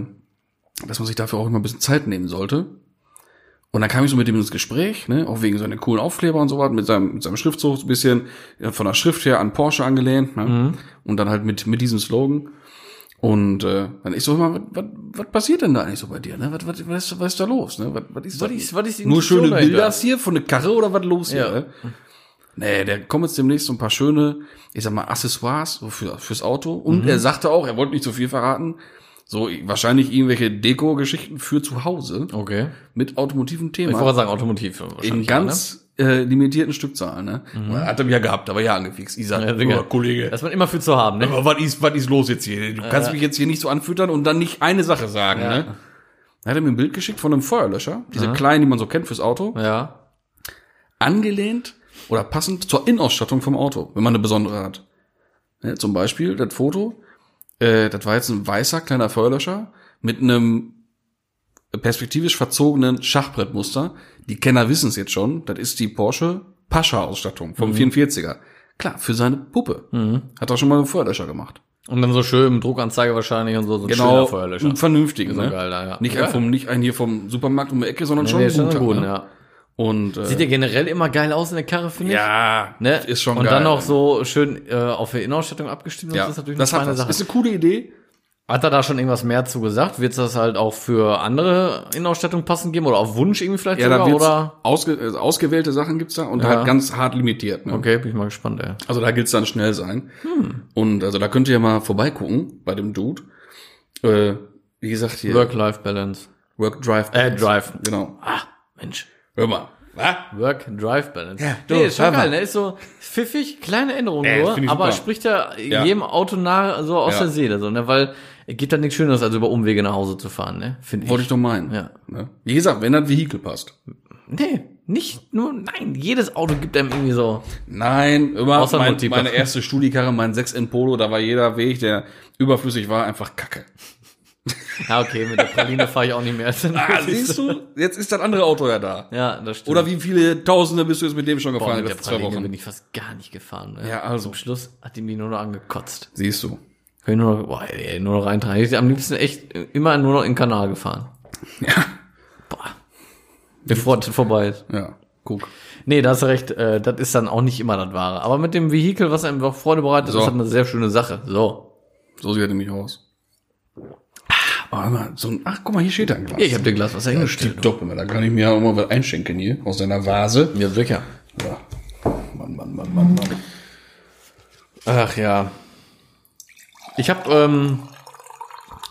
dass man sich dafür auch immer ein bisschen Zeit nehmen sollte. Und dann kam ich so mit ihm ins Gespräch, ne, auch wegen seiner coolen Aufkleber und so was, mit seinem, mit seinem Schriftzug so ein bisschen, ja, von der Schrift her an Porsche angelehnt, ne, und dann halt mit, mit diesem Slogan. Und äh, dann ich so immer, was, was passiert denn da eigentlich so bei dir, ne? Was, was, was, ist- was ist da los, ne? Was, was ist da? ist- was ist die Nur Intention schöne dahinter? Bilder hier von der Karre oder was los hier, Ja. ne? Nee, der kommt jetzt demnächst so ein paar schöne, ich sag mal, Accessoires so für, fürs Auto. Mhm. Und er sagte auch, er wollte nicht so viel verraten, so wahrscheinlich irgendwelche Deko-Geschichten für zu Hause Okay. mit automotiven Ich Thema. wollte gerade sagen, Automotiv. wahrscheinlich, ne? Mhm. in ganz äh, limitierten Stückzahlen. Ne? Hat er mich ja gehabt, aber ja angefixt. Ich sag, Ja, Digga. "Oh, Kollege, ja, ne? Dass man immer viel zu haben, ne? aber was ist, was ist los jetzt hier? Du kannst mich jetzt hier nicht so anfüttern und dann nicht eine Sache sagen. Ja. Ne? Dann hat er mir ein Bild geschickt von einem Feuerlöscher, diese kleinen, die man so kennt fürs Auto, Ja. angelehnt oder passend zur Innenausstattung vom Auto, wenn man eine besondere hat. Ne? Zum Beispiel das Foto, äh, das war jetzt ein weißer kleiner Feuerlöscher mit einem perspektivisch verzogenen Schachbrettmuster. Die Kenner wissen es jetzt schon, das ist die Porsche Pascha-Ausstattung Mhm. vom 44er. Klar, für seine Puppe. Hat er schon mal einen Feuerlöscher gemacht. Und dann so schön mit Druckanzeige wahrscheinlich und so, so ein Genau, schöner Feuerlöscher. einen vernünftigen. So Ne? geil, ja, ja. Nicht Geil. ein vom, nicht ein hier vom Supermarkt um die Ecke, sondern schon Nee, ein ist schon guter. gut, ne? ja. Und Sieht äh, ja generell immer geil aus in der Karre, finde ich. ja, Ne? ist schon und geil. dann noch so schön äh, auf die Innenausstattung abgestimmt. ja, Das ist natürlich das eine hat feine was. Sache. Ist eine coole Idee. Hat er da schon irgendwas mehr zu gesagt? Wird das halt auch für andere Innenausstattung passend geben oder auf Wunsch irgendwie vielleicht Ja, da sogar? wird's Oder? Ausge, äh, ausgewählte Sachen gibt's da und Ja. halt ganz hart limitiert. Ne? Okay, Hm. bin ich mal gespannt, ey. Also da gilt's dann schnell sein. Und also da könnt ihr ja mal vorbeigucken bei dem Dude. Äh, wie gesagt hier Work-Life-Balance. Work Drive. Äh, Drive. Genau. Ah, Mensch. Hör mal. Was? Work-Drive-Balance. Ja, nee, du, ist schon hör mal. geil, ne? Ist so pfiffig, kleine Änderung Ey, nur, find ich aber super. spricht ja, Ja. jedem Auto nahe so aus Ja. der Seele, so, ne? Weil es gibt da nichts Schöneres, als über Umwege nach Hause zu fahren, ne? Finde ich. Wollte ich doch meinen. Ja. Ne? Wie gesagt, wenn das Vehikel passt. Nee, nicht nur, nein, jedes Auto gibt einem irgendwie so. Nein, immer Außer mein, Multiple. meine erste Studikarre, mein 6N Polo, da war jeder Weg, der überflüssig war, einfach Kacke. Ja, okay, mit der Praline fahre ich auch nicht mehr. Ah, du? Jetzt ist das andere Auto ja da. Ja, das stimmt. Oder wie viele Tausende bist du jetzt mit dem schon Boah, gefahren? mit der jetzt zwei Praline bin Wochen. ich fast gar nicht gefahren. Ne? Ja, also. Zum Schluss hat die mich nur noch angekotzt. Siehst du. Kann ich nur noch, boah, ey, nur noch reintragen. Ich bin am liebsten echt immer nur noch in den Kanal gefahren. Ja. Boah. Bevor es vorbei ist. Ja. Guck. Nee, da hast du recht. Äh, das ist dann auch nicht immer das Wahre. Aber mit dem Vehikel, was einem auch Freude bereitet, So. ist das eine sehr schöne Sache. So. So sieht er nämlich aus. Ah, warte mal, so ein, ach, guck mal, hier steht ein Glas. Hier, ich habe dir ein Glas Wasser hingestellt. Stopp, da kann ich mir ja auch mal was einschenken hier, aus deiner Vase. Ja, sicher. Ja. Mann, Mann, Mann, Mann, Mann. Ach ja. Ich habe ähm,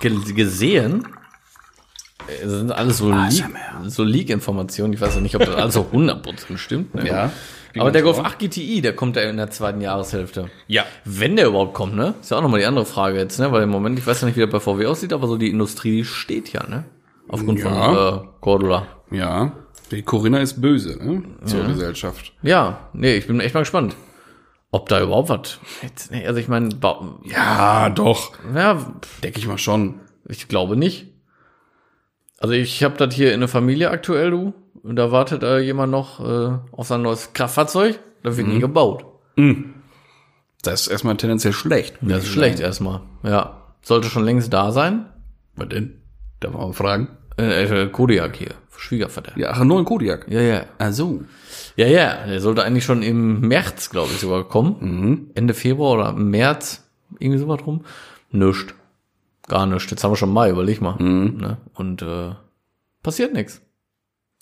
ge gesehen, äh, das sind Ah, alles so, Leak- ASMR. so Leak-Informationen. Ich weiß ja nicht, ob das alles so 100% stimmt. Ne? Ja. Aber der Golf 8 GTI, der kommt ja in der zweiten Jahreshälfte. Ja. Wenn der überhaupt kommt, ne? Ist ja auch nochmal die andere Frage jetzt, ne? Weil im Moment, ich weiß ja nicht, wie das bei VW aussieht, aber so die Industrie die steht ja, ne? Aufgrund Ja. von äh, Cordula. Ja. Die Corinna ist böse, ne? Zur Gesellschaft. Ja, nee, ich bin echt mal gespannt. Ob da überhaupt was. Jetzt, nee, Also ich meine, ba- Ja, doch. ja, Denke ich mal schon. Ich glaube nicht. Also ich habe das hier in der Familie aktuell, du. Und da wartet äh, jemand noch äh, auf sein neues Kraftfahrzeug. Da wird nie gebaut. Das ist erstmal tendenziell schlecht. Das ist schlecht erstmal. Ja. Sollte schon längst da sein. Was denn? Darf man mal fragen? Äh, äh, Kodiak hier. Schwiegervater. Ja, ach, einen neuen Kodiak. Ja, ja. Ach so. Ja, ja. Der sollte eigentlich schon im März, glaube ich, sogar kommen. Ende Februar oder im März. Irgendwie sowas rum. Nischt. Gar nischt. Jetzt haben wir schon Mai, überleg mal. Ne? Und äh, passiert nichts.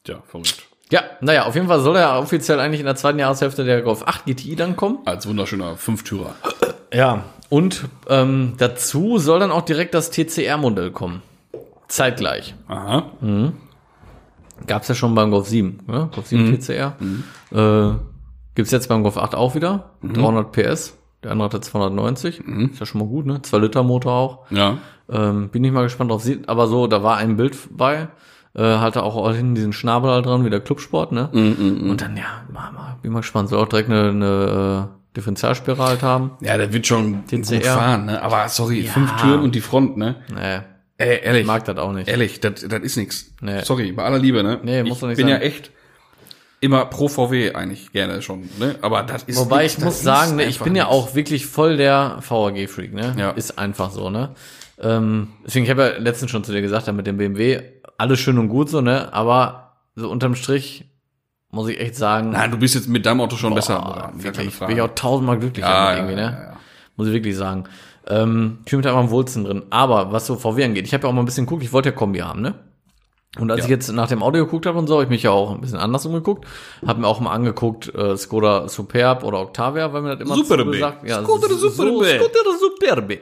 Ja, verrückt. Ja, naja, auf jeden Fall soll ja offiziell eigentlich in der zweiten Jahreshälfte der Golf 8 GTI dann kommen. Als wunderschöner Fünftürer. Ja. Und ähm, dazu soll dann auch direkt das TCR-Modell kommen. Zeitgleich. Aha. Gab's ja schon beim Golf 7, ne? Golf 7 TCR. Äh, gibt's jetzt beim Golf 8 auch wieder. 300 PS. Der andere hatte 290. Ist ja schon mal gut, ne? 2 Liter Motor auch. Ja. Ähm, bin ich mal gespannt drauf. Sieht aber so, da war ein Bild bei. Äh, hatte auch hinten diesen Schnabel halt dran, wie der Clubsport, ne? Mm, Und dann, ja, Mama, bin mal gespannt. Soll auch direkt eine, eine äh, Differentialsperre halt haben. Ja, der wird schon TCR. gut fahren, ne? Aber sorry, fünf Türen und die Front, ne? Nee, Ey, ehrlich. ich mag das auch nicht. Ehrlich, das das ist nix. Nee. Sorry, bei aller Liebe, ne? Nee, muss ich doch nicht bin sein. ja echt immer pro VW eigentlich gerne schon, ne? Aber das ist Wobei nix, ich das muss ist sagen, ne, ich einfach bin ja nix. auch wirklich voll der VAG-Freak, ne? Ja. Ist einfach so, ne? Ähm, deswegen, ich habe ja letztens schon zu dir gesagt, da mit dem BMW, alles schön und gut so, ne? Aber so unterm Strich muss ich echt sagen, Nein, du bist jetzt mit deinem Auto schon besser beraten. boah, gar keine wirklich, Frage. bin ich auch tausendmal glücklicher Ja, mit ja, irgendwie, ne? ja, ja. Muss ich wirklich sagen. Ähm, ich fühle mich da immer am wohlsten drin. Aber was so VW angeht, ich habe ja auch mal ein bisschen geguckt, ich wollte ja Kombi haben, ne? Und als Ja. ich jetzt nach dem Auto geguckt habe und so, habe ich mich ja auch ein bisschen anders umgeguckt, habe mir auch mal angeguckt äh, Skoda Superb oder Octavia, weil mir das immer Superbe. zugesagt ja, Skoda so- Superbe. Skoda Superbe.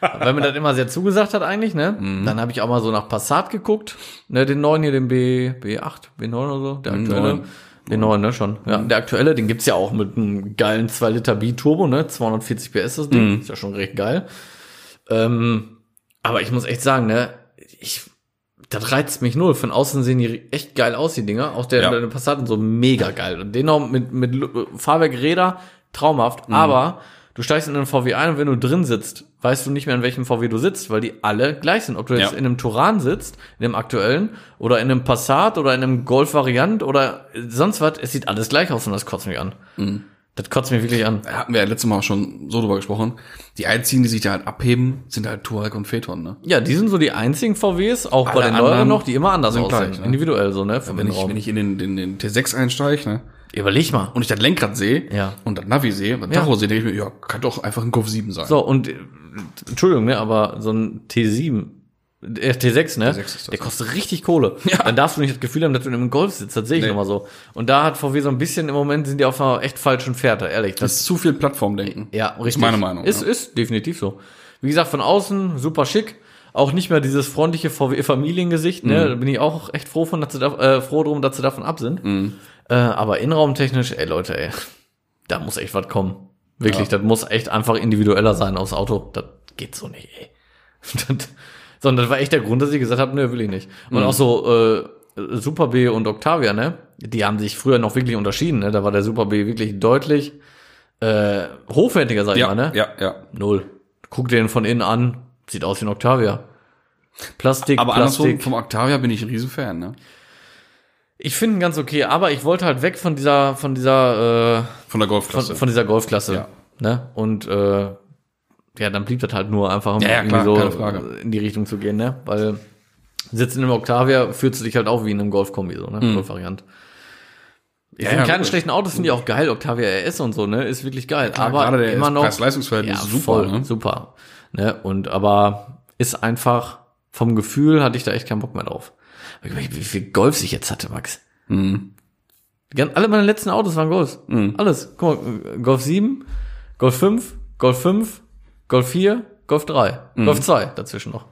weil mir das immer sehr zugesagt hat eigentlich, ne? Dann habe ich auch mal so nach Passat geguckt, ne, den neuen hier, den B, B8, B9 oder so, der aktuelle. neun. B9, ne, schon. Ja, der aktuelle, den gibt's ja auch mit einem geilen 2 Liter B-Turbo, ne, 240 PS das Ding, ist ja schon recht geil. Ähm, aber ich muss echt sagen, ne, ich, das reizt mich null. Von außen sehen die echt geil aus, die Dinger. Auch der, Ja. der Passat und so mega geil. Und den noch mit, mit Lu- Fahrwerkräder, traumhaft. Mhm. Aber du steigst in einen VW ein und wenn du drin sitzt, weißt du nicht mehr, in welchem VW du sitzt, weil die alle gleich sind. Ob du jetzt Ja. in einem Turan sitzt, in dem aktuellen, oder in einem Passat oder in einem Golf-Variant oder sonst was, es sieht alles gleich aus und das kotzt mich an. Mhm. Das kotzt mich wirklich an. Da hatten wir ja letztes Mal auch schon so drüber gesprochen. Die einzigen, die sich da halt abheben, sind halt Touareg und Phaeton, ne? Ja, die sind so die einzigen VWs, auch bei Alle den neueren anderen noch, die immer anders sind aussehen. gleich, ne? Individuell so, ne? Vom Wenn ich, Innenraum. wenn ich in den, den, den T6 einsteige, ne? Überleg mal. Und ich das Lenkrad sehe Ja. und das Navi sehe und das Ja. Tacho sehe, denke ich mir, ja, kann doch einfach ein Golf 7 sein. So, und äh, Entschuldigung, ne, aber so ein T7, äh, T6, ne? T6 ist das. der kostet richtig Kohle. Ja. Dann darfst du nicht das Gefühl haben, dass du in einem Golf sitzt. Das sehe ich Nee. nochmal so. Und da hat VW so ein bisschen im Moment sind die auf einer echt falschen Fährte, ehrlich. Das, Das ist zu viel Plattformdenken. ja, richtig. Ist meine Meinung. Ist, ja. ist definitiv so. Wie gesagt, von außen super schick. Auch nicht mehr dieses freundliche VW-Familiengesicht, Mhm. ne? Da bin ich auch echt froh, von, dass sie da, äh, froh drum, dass sie davon ab sind. Mhm. Äh, aber innenraumtechnisch, ey Leute, ey, da muss echt was kommen. Wirklich, das muss echt einfach individueller sein aufs Auto. Das geht so nicht, ey. Das, sondern das war echt der Grund, dass ich gesagt habe, nö, will ich nicht. Und Mhm. auch so äh, Super B und Octavia, ne? Die haben sich früher noch wirklich unterschieden, ne? Da war der Super B wirklich deutlich äh, hochwertiger, sag ich ja, mal, ne? ja, ja. Null. Guck den von innen an, sieht aus wie ein Octavia. Plastik, Aber andersrum, E- Plastik. vom Octavia bin ich ein Riesenfan, ne? Ich finde ihn ganz okay, aber ich wollte halt weg von dieser, von dieser, äh, Von der von, Golfklasse. von dieser Golfklasse. Ja. Ne? Und äh, ja, dann blieb das halt nur einfach Ja, ja, irgendwie klar, so keine Frage. in die Richtung zu gehen, ne? Weil sitzen in einem Octavia fühlst du dich halt auch wie in einem Golfkombi, so, ne? Golfvariant. Ich Mhm. Ja, finde ja, keine logisch. schlechten Autos, finde ich auch geil. Octavia RS und so, ne? Ist wirklich geil. Klar, aber gerade der immer ist- noch. Preis-Leistungs-Verhältnis ist super, Voll, ne? Super. Ne? Und aber ist einfach vom Gefühl hatte ich da echt keinen Bock mehr drauf. Hab ich überlegt, Wie viel Golfs ich jetzt hatte, Max. Mhm. Gan- Alle meine letzten Autos waren Golfs. Alles. Guck mal, äh, Golf 7, Golf 5, Golf 5, Golf 4, Golf 3, Mhm. Golf 2 dazwischen noch.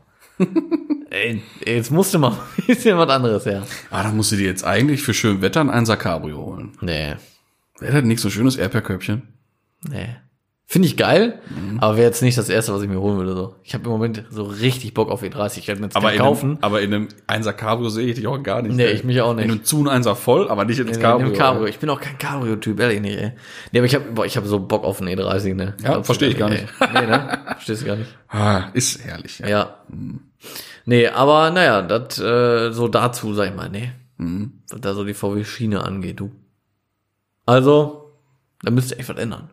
ey, ey, jetzt musste mal jetzt jemand anderes her. Ah, dann musst du dir jetzt eigentlich für schön Wetter einen Einser Cabrio holen. Nee, Wäre das nicht so ein schönes Erdbeerkörbchen? nee. Finde ich geil, Mhm. aber wäre jetzt nicht das erste, was ich mir holen würde. So. Ich habe im Moment so richtig Bock auf E30. Ich werde mir jetzt Aber keinen in, kaufen. einem, aber in einem Einser Cabrio sehe ich dich auch gar nicht. Nee, ey. ich mich auch nicht. In einem Zun Einser voll, aber nicht in einem In Cabrio. dem Cabrio. Ich bin auch kein Cabrio-Typ, ehrlich nicht, ey. Nee, aber ich habe ich hab so Bock auf einen E30, ne? Ja, Absolut, versteh ich gar ey. nicht. Nee, ne? Verstehst du gar nicht. Ah, ist herrlich. Ja. Ja. Nee, aber naja, das äh, so dazu, sag ich mal, nee. Mhm. Was da so die VW-Schiene angeht, du. Also, da müsst ihr echt was ändern.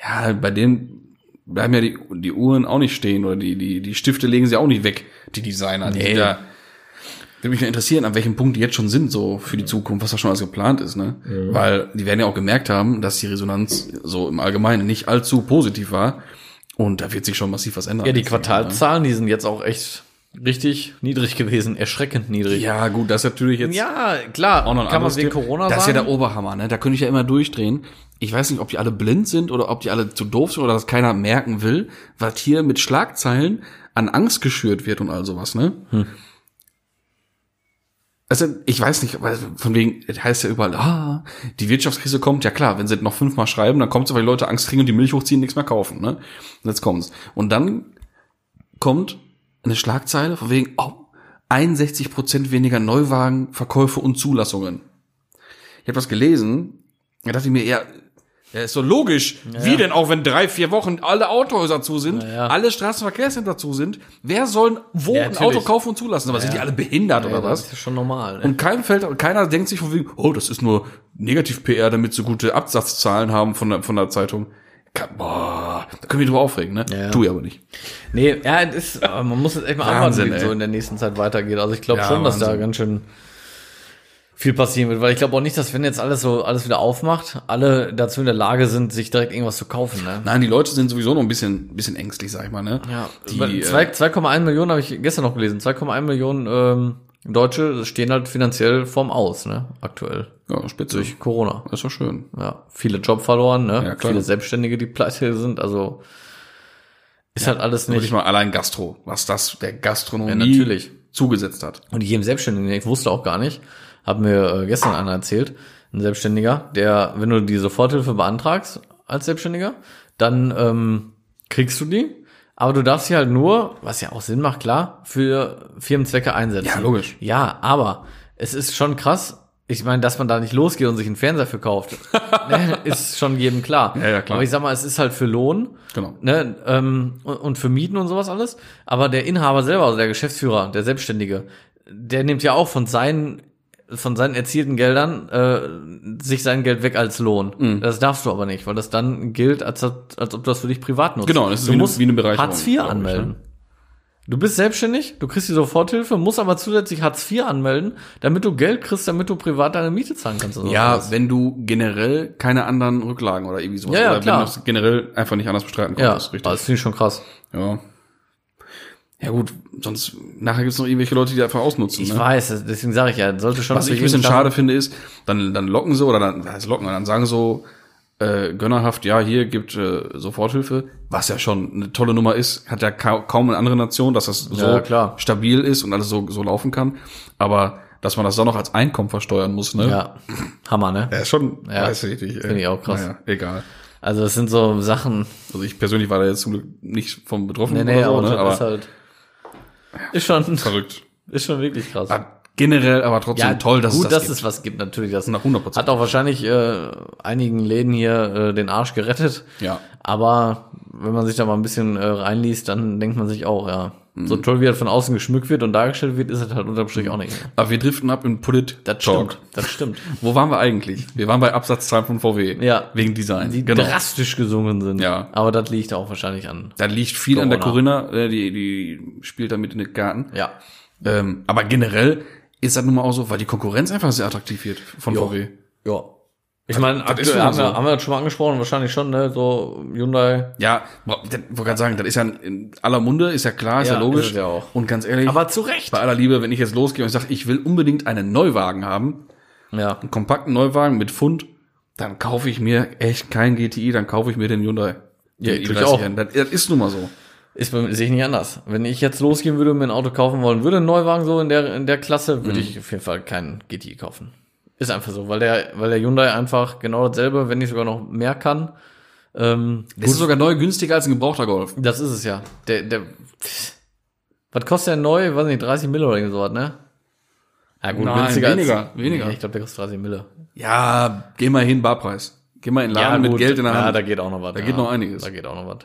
Ja, bei denen bleiben ja die, die Uhren auch nicht stehen oder die, die, die Stifte legen sie auch nicht weg, die Designer. Die Nee. sind ja, würde mich mal interessieren, an welchem Punkt die jetzt schon sind, so für die Zukunft, was da schon alles geplant ist, ne? Weil die werden ja auch gemerkt haben, dass die Resonanz so im Allgemeinen nicht allzu positiv war. Und da wird sich schon massiv was ändern. Ja, die Jetzt, Quartalzahlen, die sind jetzt auch echt richtig niedrig gewesen, erschreckend niedrig. Ja, gut, das ist natürlich jetzt Ja, klar, auch noch ein kann man anderes wegen Thema. Corona Das ist ja sagen. der Oberhammer, ne? Da könnte ich ja immer durchdrehen. Ich weiß nicht, ob die alle blind sind oder ob die alle zu doof sind oder dass keiner merken will, was hier mit Schlagzeilen an Angst geschürt wird und all sowas, ne? Hm. Also, ich weiß nicht, weil von wegen, es heißt ja überall, ah, die Wirtschaftskrise kommt, ja klar, wenn sie noch fünfmal schreiben, dann kommt es, weil die Leute Angst kriegen und die Milch hochziehen, nichts mehr kaufen, ne? Und jetzt kommt's. Und dann kommt eine Schlagzeile von wegen, oh, 61% weniger Neuwagenverkäufe und Zulassungen. Ich habe das gelesen, da dachte ich mir, ja, ja ist so logisch. Wie denn auch, wenn drei, vier Wochen alle Autohäuser zu sind, Ja, ja. alle Straßenverkehrsämter zu sind, wer soll wo Ja, ein natürlich. Auto kaufen und zulassen? Aber sind die alle behindert oder das was? ist ja schon normal. ne? Und keinem fällt, und keiner denkt sich von wegen, oh, das ist nur Negativ-PR, damit sie gute Absatzzahlen haben von der, von der Zeitung. Ka- Boah, da können wir drüber aufregen, ne? ja. Tu ich aber nicht. Nee, ja, es ist, aber man muss jetzt echt mal Wahnsinn, abwarten, wie es ey. so in der nächsten Zeit weitergeht. Also ich glaube Ja, schon, dass da Wahnsinn. ganz schön viel passieren wird, weil ich glaube auch nicht, dass wenn jetzt alles so alles wieder aufmacht, alle dazu in der Lage sind, sich direkt irgendwas zu kaufen. Ne? Nein, die Leute sind sowieso noch ein bisschen, bisschen ängstlich, sag ich mal, ne? Ja, die, weil äh, zwei- 2,1 Millionen habe ich gestern noch gelesen. 2,1 Millionen ähm, Deutsche stehen halt finanziell vorm Aus, ne? Aktuell. Ja, spitze. Durch Corona. Das ist doch schön. Ja. Viele Job verloren, ne? Ja, klar. viele Selbstständige, die pleite sind. Also ist halt alles Würde ich nicht. mal allein Gastro, was das der Gastronomie Ja, natürlich. zugesetzt hat. Und jedem Selbstständigen, ich wusste auch gar nicht, hat mir äh, gestern einer erzählt, ein Selbstständiger, der, wenn du die Soforthilfe beantragst als Selbstständiger, dann ähm, kriegst du die, aber du darfst sie halt nur, was ja auch Sinn macht, klar, für Firmenzwecke einsetzen. Ja, logisch. Ja, aber es ist schon krass. Ich meine, dass man da nicht losgeht und sich einen Fernseher für kauft, ne, ist schon jedem klar. Ja, ja, klar. Aber ich sag mal, es ist halt für Lohn Genau. ne, ähm, und, und für Mieten und sowas alles. Aber der Inhaber selber, also der Geschäftsführer, der Selbstständige, der nimmt ja auch von seinen von seinen erzielten Geldern äh, sich sein Geld weg als Lohn. Mhm. Das darfst du aber nicht, weil das dann gilt, als, als ob du das für dich privat nutzt. Genau, das ist du wie eine- wie eine Bereicherung, Hartz IV glaub ich, anmelden. ne? Du bist selbstständig, du kriegst die Soforthilfe, musst aber zusätzlich Hartz IV anmelden, damit du Geld kriegst, damit du privat deine Miete zahlen kannst. und sowas Ja, alles. wenn du generell keine anderen Rücklagen oder irgendwie sowas Ja, ja, oder klar. wenn du es generell einfach nicht anders bestreiten ja, konntest, das, richtig. das finde ich schon krass. Ja. Ja gut, sonst nachher gibt's noch irgendwelche Leute, die einfach ausnutzen. Ich ne? weiß, deswegen sage ich ja, sollte schon Was ich für ein jeden bisschen Sachen- schade finde, ist, dann, dann locken sie oder dann, was heißt locken, dann sagen so äh, gönnerhaft, ja, hier gibt äh, Soforthilfe, was ja schon eine tolle Nummer ist, hat ja ka kaum eine andere Nation, dass das so Ja, klar. stabil ist und alles so, so laufen kann. Aber dass man das dann noch als Einkommen versteuern muss, ne? Ja, Hammer, ne? Ja, schon, Ja, weiß ich nicht. ey. finde ich auch krass. Naja, egal. Also das sind so Sachen, Also ich persönlich war da jetzt zum Glück nicht vom betroffen nee, oder nee, so, ne? aber, das ist aber halt ist schon, verrückt. ist schon wirklich krass. Aber generell aber trotzdem toll, dass gut, es das dass gibt. es was gibt, natürlich. Das Na, 100%. hat auch wahrscheinlich äh, einigen Läden hier äh, den Arsch gerettet. Ja. Aber wenn man sich da mal ein bisschen äh, reinliest, dann denkt man sich auch, ja, Mhm. so toll wie das von außen geschmückt wird und dargestellt wird, ist es halt unterm Strich auch nicht. aber wir driften ab in Polit Das Talk. stimmt, das stimmt. Wo waren wir eigentlich? Wir waren bei Absatzzahlen von VW. Ja. Wegen Design. Die drastisch gesungen sind. Genau. Ja. Aber das liegt auch wahrscheinlich an. Da liegt viel an der Corona. Corinna, äh, die, die spielt damit in den Garten. Ja. Ähm, aber generell ist das nun mal auch so, weil die Konkurrenz einfach sehr attraktiv wird von Jo. VW. Ja. Ich meine, das ist aktuell schon haben, so. wir, haben wir das schon mal angesprochen, wahrscheinlich schon, ne? So Hyundai. Ja, bra- das- wollte gerade sagen, das ist ja in aller Munde, ist ja klar, ist ja, Ja, logisch. ist es ja auch. Und ganz ehrlich, zu Recht. bei aller Liebe, wenn ich jetzt losgehe und sage, ich will unbedingt einen Neuwagen haben, Ja. einen kompakten Neuwagen mit Pfund, dann kaufe ich mir echt kein GTI, dann kaufe ich mir den Hyundai. Ja, Den tue ich i30 auch. N. Das, das ist nun mal so. Ist bei, sehe ich nicht anders. Wenn ich jetzt losgehen würde und mir ein Auto kaufen wollen würde, einen Neuwagen so in der, in der Klasse, Mhm. würde ich auf jeden Fall keinen GTI kaufen. Ist einfach so, weil der, weil der Hyundai einfach genau dasselbe, wenn nicht sogar noch mehr kann. Ähm, Das ist sogar neu günstiger als ein gebrauchter Golf. das ist es ja. Der, der, pff. was kostet der neu? Weiß nicht, 30 Mille oder irgend sowas, ne? Ja, gut, Nein, weniger, als, weniger. Nee, ich glaube, der kostet 30 Mille. Ja, geh mal hin, Barpreis. Geh mal in den Ja, Laden mit gut. Geld in der Ja, Hand. da geht auch noch was. Da geht noch einiges. Da geht auch noch was.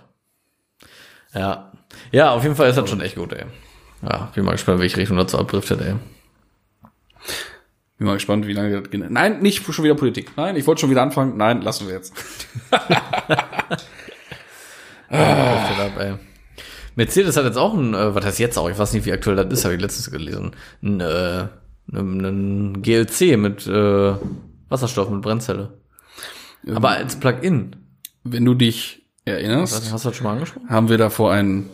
Ja. Ja, auf jeden Fall ist das schon echt gut, ey. Ja, bin mal gespannt, welche Richtung dazu abdriftet, ey. Bin mal gespannt, wie lange das geht. Nein, nicht schon wieder Politik. Nein, ich wollte schon wieder anfangen. Nein, lassen wir jetzt. Driftet ab, ey. Mercedes hat jetzt auch ein, äh, was heißt jetzt auch, ich weiß nicht, wie aktuell das ist, habe ich letztens gelesen, ein, äh, ein, ein GLC mit äh, Wasserstoff, mit Brennzelle. Aber als Plug-in. Wenn du dich Hast erinnerst, du das schon mal angesprochen? haben wir davor einen.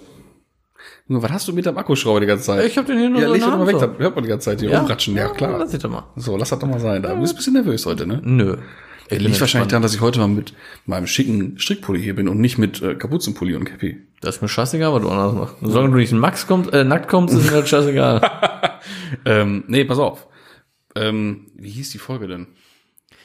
Junge, Was hast du mit deinem Akkuschrauber die ganze Zeit? Ich habe den hier nur ja, so leg in das der mal Hand weg, so. da hört man die ganze Zeit hier rumratschen. Ja, klar. Lass ich doch mal. So, lass das doch mal sein. Da bist du ein bisschen nervös heute, ne? Nö. Ich Liegt wahrscheinlich daran, dass ich heute mal mit meinem schicken Strickpulli hier bin und nicht mit äh, Kapuzenpulli und Cappy. Das ist mir scheißegal, was du anders machst. Solange du nicht in Max kommst, äh, nackt kommst, ist mir das scheißegal. Ähm, nee, pass auf. Ähm, wie hieß die Folge denn?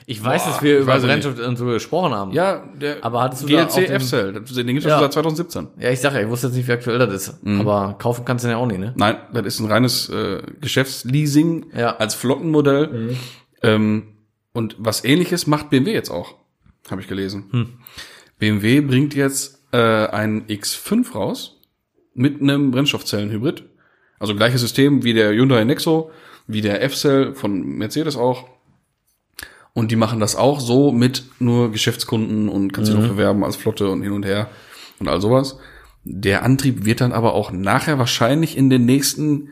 Ich weiß, Boah, dass wir ich über weiß es Brennstoff und so gesprochen haben. Ja, der Aber hattest du da auch GLC den- F-Cell. Den gibt's Ja. schon seit 2017. ja, ich sag ja, ich wusste jetzt nicht, wie aktuell das ist. Aber kaufen kannst du den ja auch nicht, ne? Nein, das ist ein reines äh, Geschäftsleasing Ja. Mhm. als Flottenmodell. Ähm, und was ähnliches macht BMW jetzt auch, habe ich gelesen. Hm. BMW bringt jetzt äh, einen X5 raus mit einem Brennstoffzellenhybrid. Also gleiches System wie der Hyundai Nexo, wie der F-Cell von Mercedes auch. Und die machen das auch so mit nur Geschäftskunden und kannst Mhm. dich noch bewerben als Flotte und hin und her und all sowas. Der Antrieb wird dann aber auch nachher wahrscheinlich in den nächsten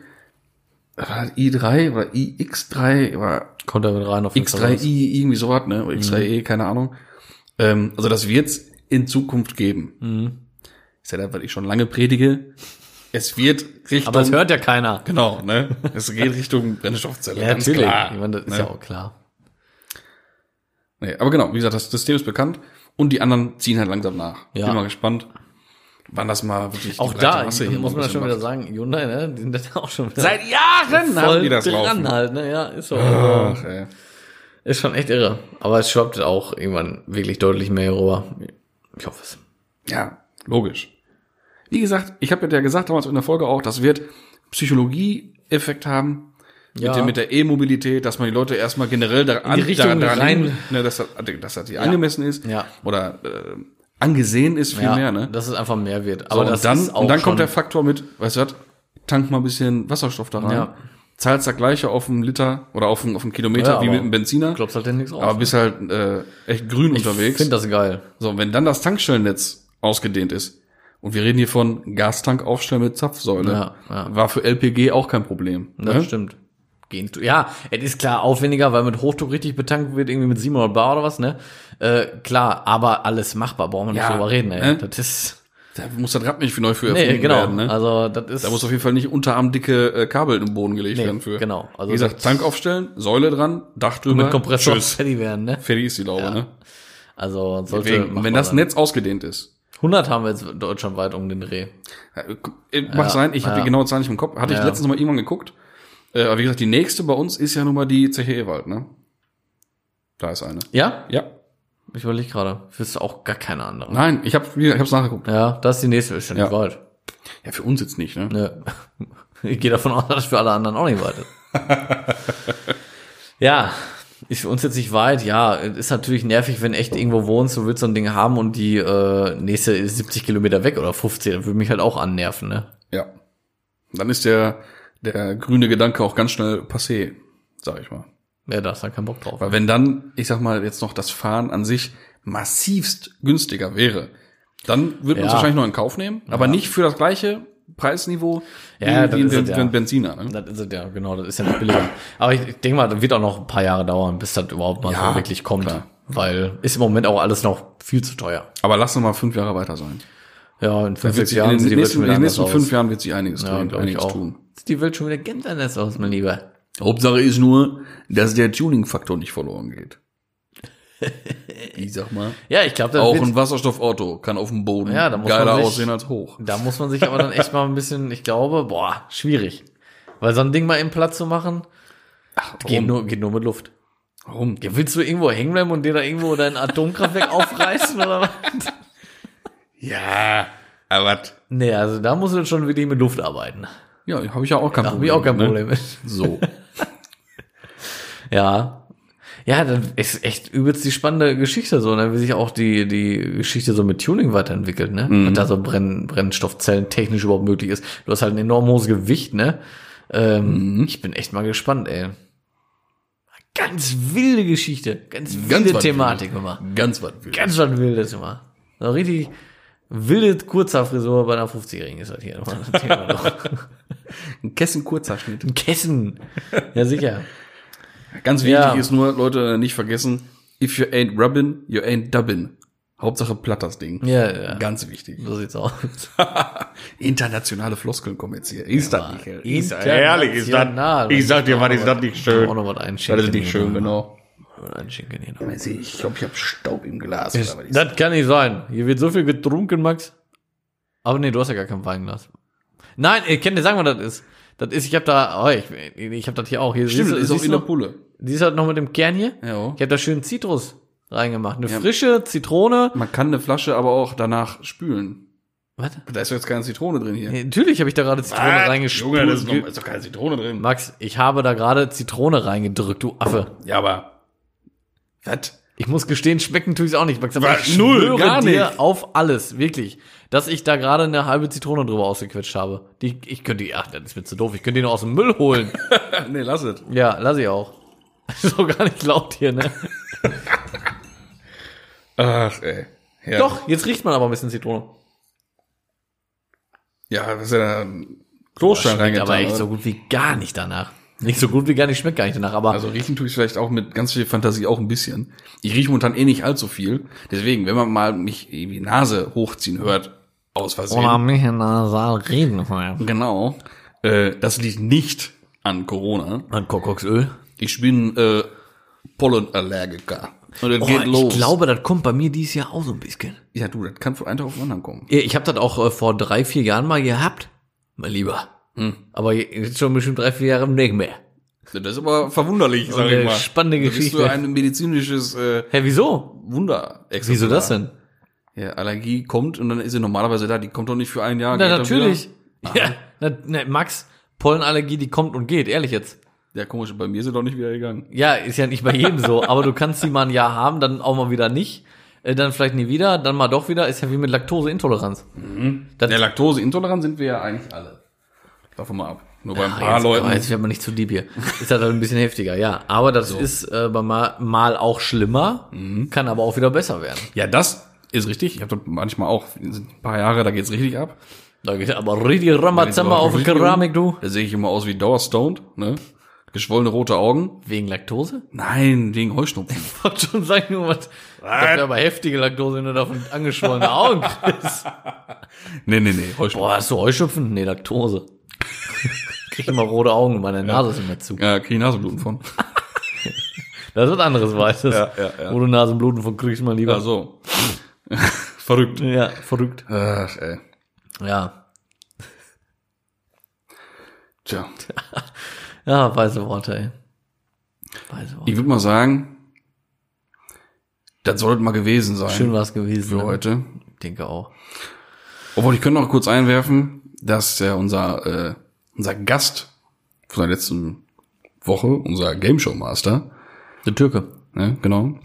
war das i3 oder iX3 oder Kommt da mit rein auf Instagram. X3i, irgendwie sowas, ne? Oder X3e, Mhm. keine Ahnung. Ähm, Mhm. also das wird's in Zukunft geben. Ist ja das, was ich schon lange predige. es wird Richtung. Aber das hört ja keiner. Genau, ne? Es geht Richtung Brennstoffzelle. ganz Ich Klar, meine, das ist ne? ja auch klar. Nee, aber genau, wie gesagt, das System ist bekannt und die anderen ziehen halt langsam nach. Ja. Bin mal gespannt, wann das mal wirklich die Auch breite da Masse hier muss mal ein man das schon bisschen wieder sagen, Hyundai, ne? Die sind das auch schon wieder macht. Seit Jahren voll haben die das dran laufen. halt, ne? Ja, ist so. Ach, ey. Ist schon echt irre. Aber es schwappt auch irgendwann wirklich deutlich mehr hier rüber. Ich hoffe es. Ja, logisch. Wie gesagt, ich habe ja gesagt damals in der Folge auch, das wird Psychologie-Effekt haben. Ja. Mit, dem, mit der E-Mobilität, dass man die Leute erstmal generell da, an, Richtung da, daran rein- hin- ne, dass, das- dass das die angemessen ist Ja. oder äh, angesehen ist viel ja, mehr. Ne? Dass es einfach mehr wird. So, Aber das und dann, ist auch und dann schon, kommt der Faktor mit, weißt du was, tank mal ein bisschen Wasserstoff da rein. Ja. Zahlst das gleiche auf einen Liter oder auf einen, auf einen Kilometer Ja, wie aber mit einem Benziner, klopft halt denn nichts raus. aber bist halt äh, echt grün ich unterwegs. finde das geil. So, und wenn dann das Tankstellennetz ausgedehnt ist, und wir reden hier von Gastank aufstellen mit Zapfsäule, Ja, ja. war für LPG auch kein Problem. ne? Das stimmt. Gehen, ja, es ist klar aufwendiger, weil mit Hochdruck richtig betankt wird, irgendwie mit 700 Bar oder was, ne? Äh, klar, aber alles machbar, brauchen wir nicht Ja, drüber reden, ey. ne? Das ist, Da muss das Rad nicht für neu für erfunden nee, genau. werden. Ne? Also, das ist, da muss auf jeden Fall nicht unterarmdicke äh, Kabel im Boden gelegt Nee, werden für. genau. Also Also Wie gesagt, das- Tank aufstellen, Säule dran, Dach drüber. mit Kompressor Tschüss. fertig werden, ne? Fertig ist die Laube, ne? Also, sollte, Deswegen, machbar wenn das sein. Netz ausgedehnt ist. 100 haben wir jetzt deutschlandweit um den Dreh. Äh, Mag Ja, sein, ich habe ja. die genaue Zahl nicht im Kopf. Hatte Ja. ich letztens noch mal irgendwann geguckt. Äh, aber wie gesagt, die nächste bei uns ist ja nun mal die Zeche Ewald, ne? Da ist eine. Ja? Ja, Ich überlege gerade. Wüsste auch gar keine andere. Nein, ich habe ich hab's nachgeguckt. Ja, das ist die nächste, ist schon Ja. nicht weit. Ja, für uns jetzt nicht, ne? Nö. Ich gehe davon aus, dass für alle anderen auch nicht weit ist. ja, ist für uns jetzt nicht weit. Ja, ist natürlich nervig, wenn echt irgendwo wohnst, du willst so ein Ding haben und die äh, nächste ist 70 Kilometer weg oder 50, dann würde mich halt auch annerven, ne? Ja. Dann ist der, der grüne Gedanke auch ganz schnell passé, sag ich mal. Ja, da ist dann kein Bock drauf. Weil wenn dann, ich sag mal, jetzt noch das Fahren an sich massivst günstiger wäre, dann würde man es Ja. wahrscheinlich noch in Kauf nehmen, aber nicht für das gleiche Preisniveau Ja, das wie ein ist es, ja. Ben- Benziner. Ne? Das ist es ja, genau, das ist ja nicht billiger. Aber ich, ich denke mal, das wird auch noch ein paar Jahre dauern, bis das überhaupt mal Ja, so wirklich kommt. klar. Weil ist im Moment auch alles noch viel zu teuer. Aber lass noch mal fünf Jahre weiter sein. Ja, in Wird fünf, sechs sich, in Jahren den sieht die Welt schon nächsten, in wieder den anders nächsten aus. fünf Jahren wird sich einiges, ja, tun, glaube ich einiges auch. tun. Sieht die Welt schon wieder ganz anders aus, mein Lieber. Hauptsache ist nur, dass der Tuning-Faktor nicht verloren geht. Ich sag mal. Ja, ich glaube, Auch wird- ein Wasserstoffauto kann auf dem Boden Ja, da muss geiler man sich- aussehen als hoch. da muss man sich aber dann echt mal ein bisschen, ich glaube, boah, schwierig. Weil so ein Ding mal im Platz zu machen, Ach, geht nur, geht nur mit Luft. warum? Ja, willst du irgendwo hängen bleiben und dir da irgendwo dein Atomkraftwerk aufreißen oder was? Ja, aber was? Nee, also da musst du schon wirklich mit Luft arbeiten. Ja, habe ich ja auch kein Da habe Problem. ich auch kein ne? Problem mit. So. Ja. Ja, dann ist echt übelst die spannende Geschichte so, ne? wie sich auch die, die Geschichte so mit Tuning weiterentwickelt, ne? Was da so Brenn, Brennstoffzellen technisch überhaupt möglich ist. Du hast halt ein enorm hohes Gewicht, ne? Ähm, Ich bin echt mal gespannt, ey. Ganz wilde Geschichte, ganz wilde was Thematik wild. immer. Ganz was. wild. Ganz was wildes immer. So richtig wilde kurzer Frisur bei einer 50-Jährigen ist halt hier nochmal ein Thema. doch. Ein Kessen Kurzhaarschnitt. Ein Kessen. Ja, sicher. Ganz wichtig Ja. ist nur, Leute, nicht vergessen, if you ain't rubbin, you ain't dubbin. Hauptsache platt das Ding. Ja, ja. Ganz wichtig. So sieht's aus. Internationale Floskeln kommen jetzt hier. Ist das nicht herrlich? Ist das- Herrlich ist das. Ich sag dir mal, ist das nicht Auch noch was einschenken. Das ist nicht schön, genau. genau. Einschenken hier noch. Ich glaube, ich habe Staub im Glas. Das, das kann nicht sein. Hier wird so viel getrunken, Max. Aber nee, du hast ja gar kein Weinglas. Nein, ich kann dir sagen, was das ist. Das ist, ich hab da, oh, ich, ich hab das hier auch. Hier Stimmt, das siehst du- ist auch siehst in du der noch- Pulle. Siehst du das noch mit dem Kern hier? Ja. Ich hab da schön Zitrus reingemacht. Eine frische Zitrone. Man kann eine Flasche aber auch danach spülen. Was? Da ist doch jetzt keine Zitrone drin hier. Nee, Natürlich habe ich da gerade Zitrone reingespült. Ah. Junge, das ist, noch, ist doch keine Zitrone drin. Max, ich habe da gerade Zitrone reingedrückt, du Affe. Ja, aber. Was? Ich muss gestehen, schmecken tue ich es auch nicht, Max. Aber Wa- ich null, schwöre gar dir nicht. auf alles, wirklich. Dass ich da gerade eine halbe Zitrone drüber ausgequetscht habe. Die, ich könnte die, ach, das ist mir zu doof, ich könnte die noch aus dem Müll holen. Nee, lass es. ja, lass ich auch. So gar nicht laut hier, ne? Ach, ey. Ja. Doch, jetzt riecht man aber ein bisschen Zitrone. Ja, was ist ja ein Klostein reingetan. aber echt oder? so gut wie gar nicht danach. Oh, Nicht so gut wie gar nicht, schmeckt gar nicht danach, aber Also riechen tue ich vielleicht auch mit ganz viel Fantasie auch ein bisschen. Ich rieche momentan eh nicht allzu viel. Deswegen, wenn man mal mich irgendwie Nase hochziehen hört, Aus Oder Versehen. oh, mich in der Saal reden. hören. Genau. Äh, das liegt nicht an Corona. An Kokoksöl. Ich bin äh, Pollenallergiker. Und es Oh, geht los. Ich glaube, das kommt bei mir dieses Jahr auch so ein bisschen. ja, du, das kann von einem Tag auf den anderen kommen. Ja, Ich habe das auch äh, vor drei, vier Jahren mal gehabt, mein Lieber. Hm. Aber jetzt schon bestimmt drei, vier Jahre nicht mehr. Das ist aber verwunderlich, sag Eine ich mal. spannende Da Bist du Geschichte. ein medizinisches äh, Hä, wieso? Wunder. Wieso das denn? Ja, Allergie kommt und dann ist sie normalerweise da. Die kommt doch nicht für ein Jahr. Na, geht dann natürlich. wieder. Ja, na, na, Max, Pollenallergie, die kommt und geht, ehrlich jetzt. Ja, komisch, bei mir ist sie doch nicht wieder gegangen. Ja, ist ja nicht bei jedem so, aber du kannst sie mal ein Jahr haben, dann auch mal wieder nicht, äh, dann vielleicht nie wieder, dann mal doch wieder, ist ja wie mit Laktoseintoleranz. Das- Der Laktoseintolerant sind wir ja eigentlich alle. Davon mal ab. Nur bei ein Ah, paar jetzt, Leuten. aber Jetzt wird man nicht zu deep hier. Ist halt ein bisschen heftiger, ja. Aber das ist äh, bei mal, mal auch schlimmer, kann aber auch wieder besser werden. Ja, das ist richtig. Ich habe das manchmal auch sind ein paar Jahre, da geht's richtig ab. Da geht aber richtig Ramazamba auf die Richtig Keramik, um. du. Da sehe ich immer aus wie Dauerstoned, ne? Geschwollene rote Augen. Wegen Laktose? Nein, wegen Heuschnupfen. Ich wollte schon sagen, nur was. Das wäre aber heftige Laktose, wenn du davon angeschwollene Augen kriegst. nee, nee, nee, Heuschnupfen. Boah, hast du Heuschnupfen? Nee, Laktose. Krieg immer rote Augen, meine Nase ist immer zu. Ja, krieg ich Nasenbluten von. Das ist was anderes Weißes. Ja, ja, ja. Also, Wo du Nasenbluten von kriegst, mein Lieber. Ja, so. Verrückt. Ja, verrückt. Ach, ey. Ja. Tja. Ja, weiße Worte, ey. Weiße Worte. Ich würde mal sagen, das soll mal gewesen sein Schön war's gewesen. für ne? heute. Ich denke auch. Obwohl, ich könnte noch kurz einwerfen, dass ja unser, äh, unser Gast von der letzten Woche, unser Game Show Master, Der Türke. Mhm. ne, genau,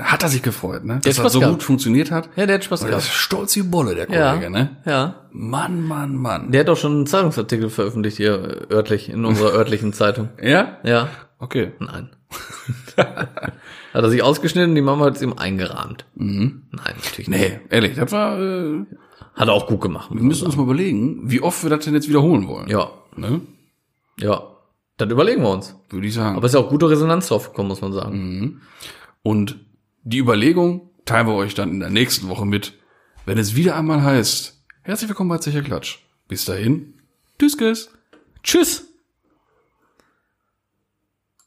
hat er sich gefreut, ne? Dass hat das Spaß so gehabt. gut funktioniert hat. Ja, der hat Spaß Und das ist gehabt. stolz wie Bolle, der Ja. Kollege, ne? Ja. Mann, Mann, Mann. Der hat auch schon einen Zeitungsartikel veröffentlicht hier äh, örtlich, in unserer örtlichen Zeitung. Ja? Ja. Okay. Nein. hat er sich ausgeschnitten und die Mama hat es ihm eingerahmt. Nein, natürlich nicht. Mhm. Nee, ehrlich, das war, äh, Hat er auch gut gemacht. wir müssen uns mal überlegen, wie oft wir das denn jetzt wiederholen wollen. Ja, Ne? ja. Das überlegen wir uns. Würde ich sagen. Aber es ist ja auch gute Resonanz drauf gekommen, muss man sagen. Und die Überlegung teilen wir euch dann in der nächsten Woche mit, wenn es wieder einmal heißt, herzlich willkommen bei Zeche Klatsch. Bis dahin, tschüss, tschüss. Tschüss.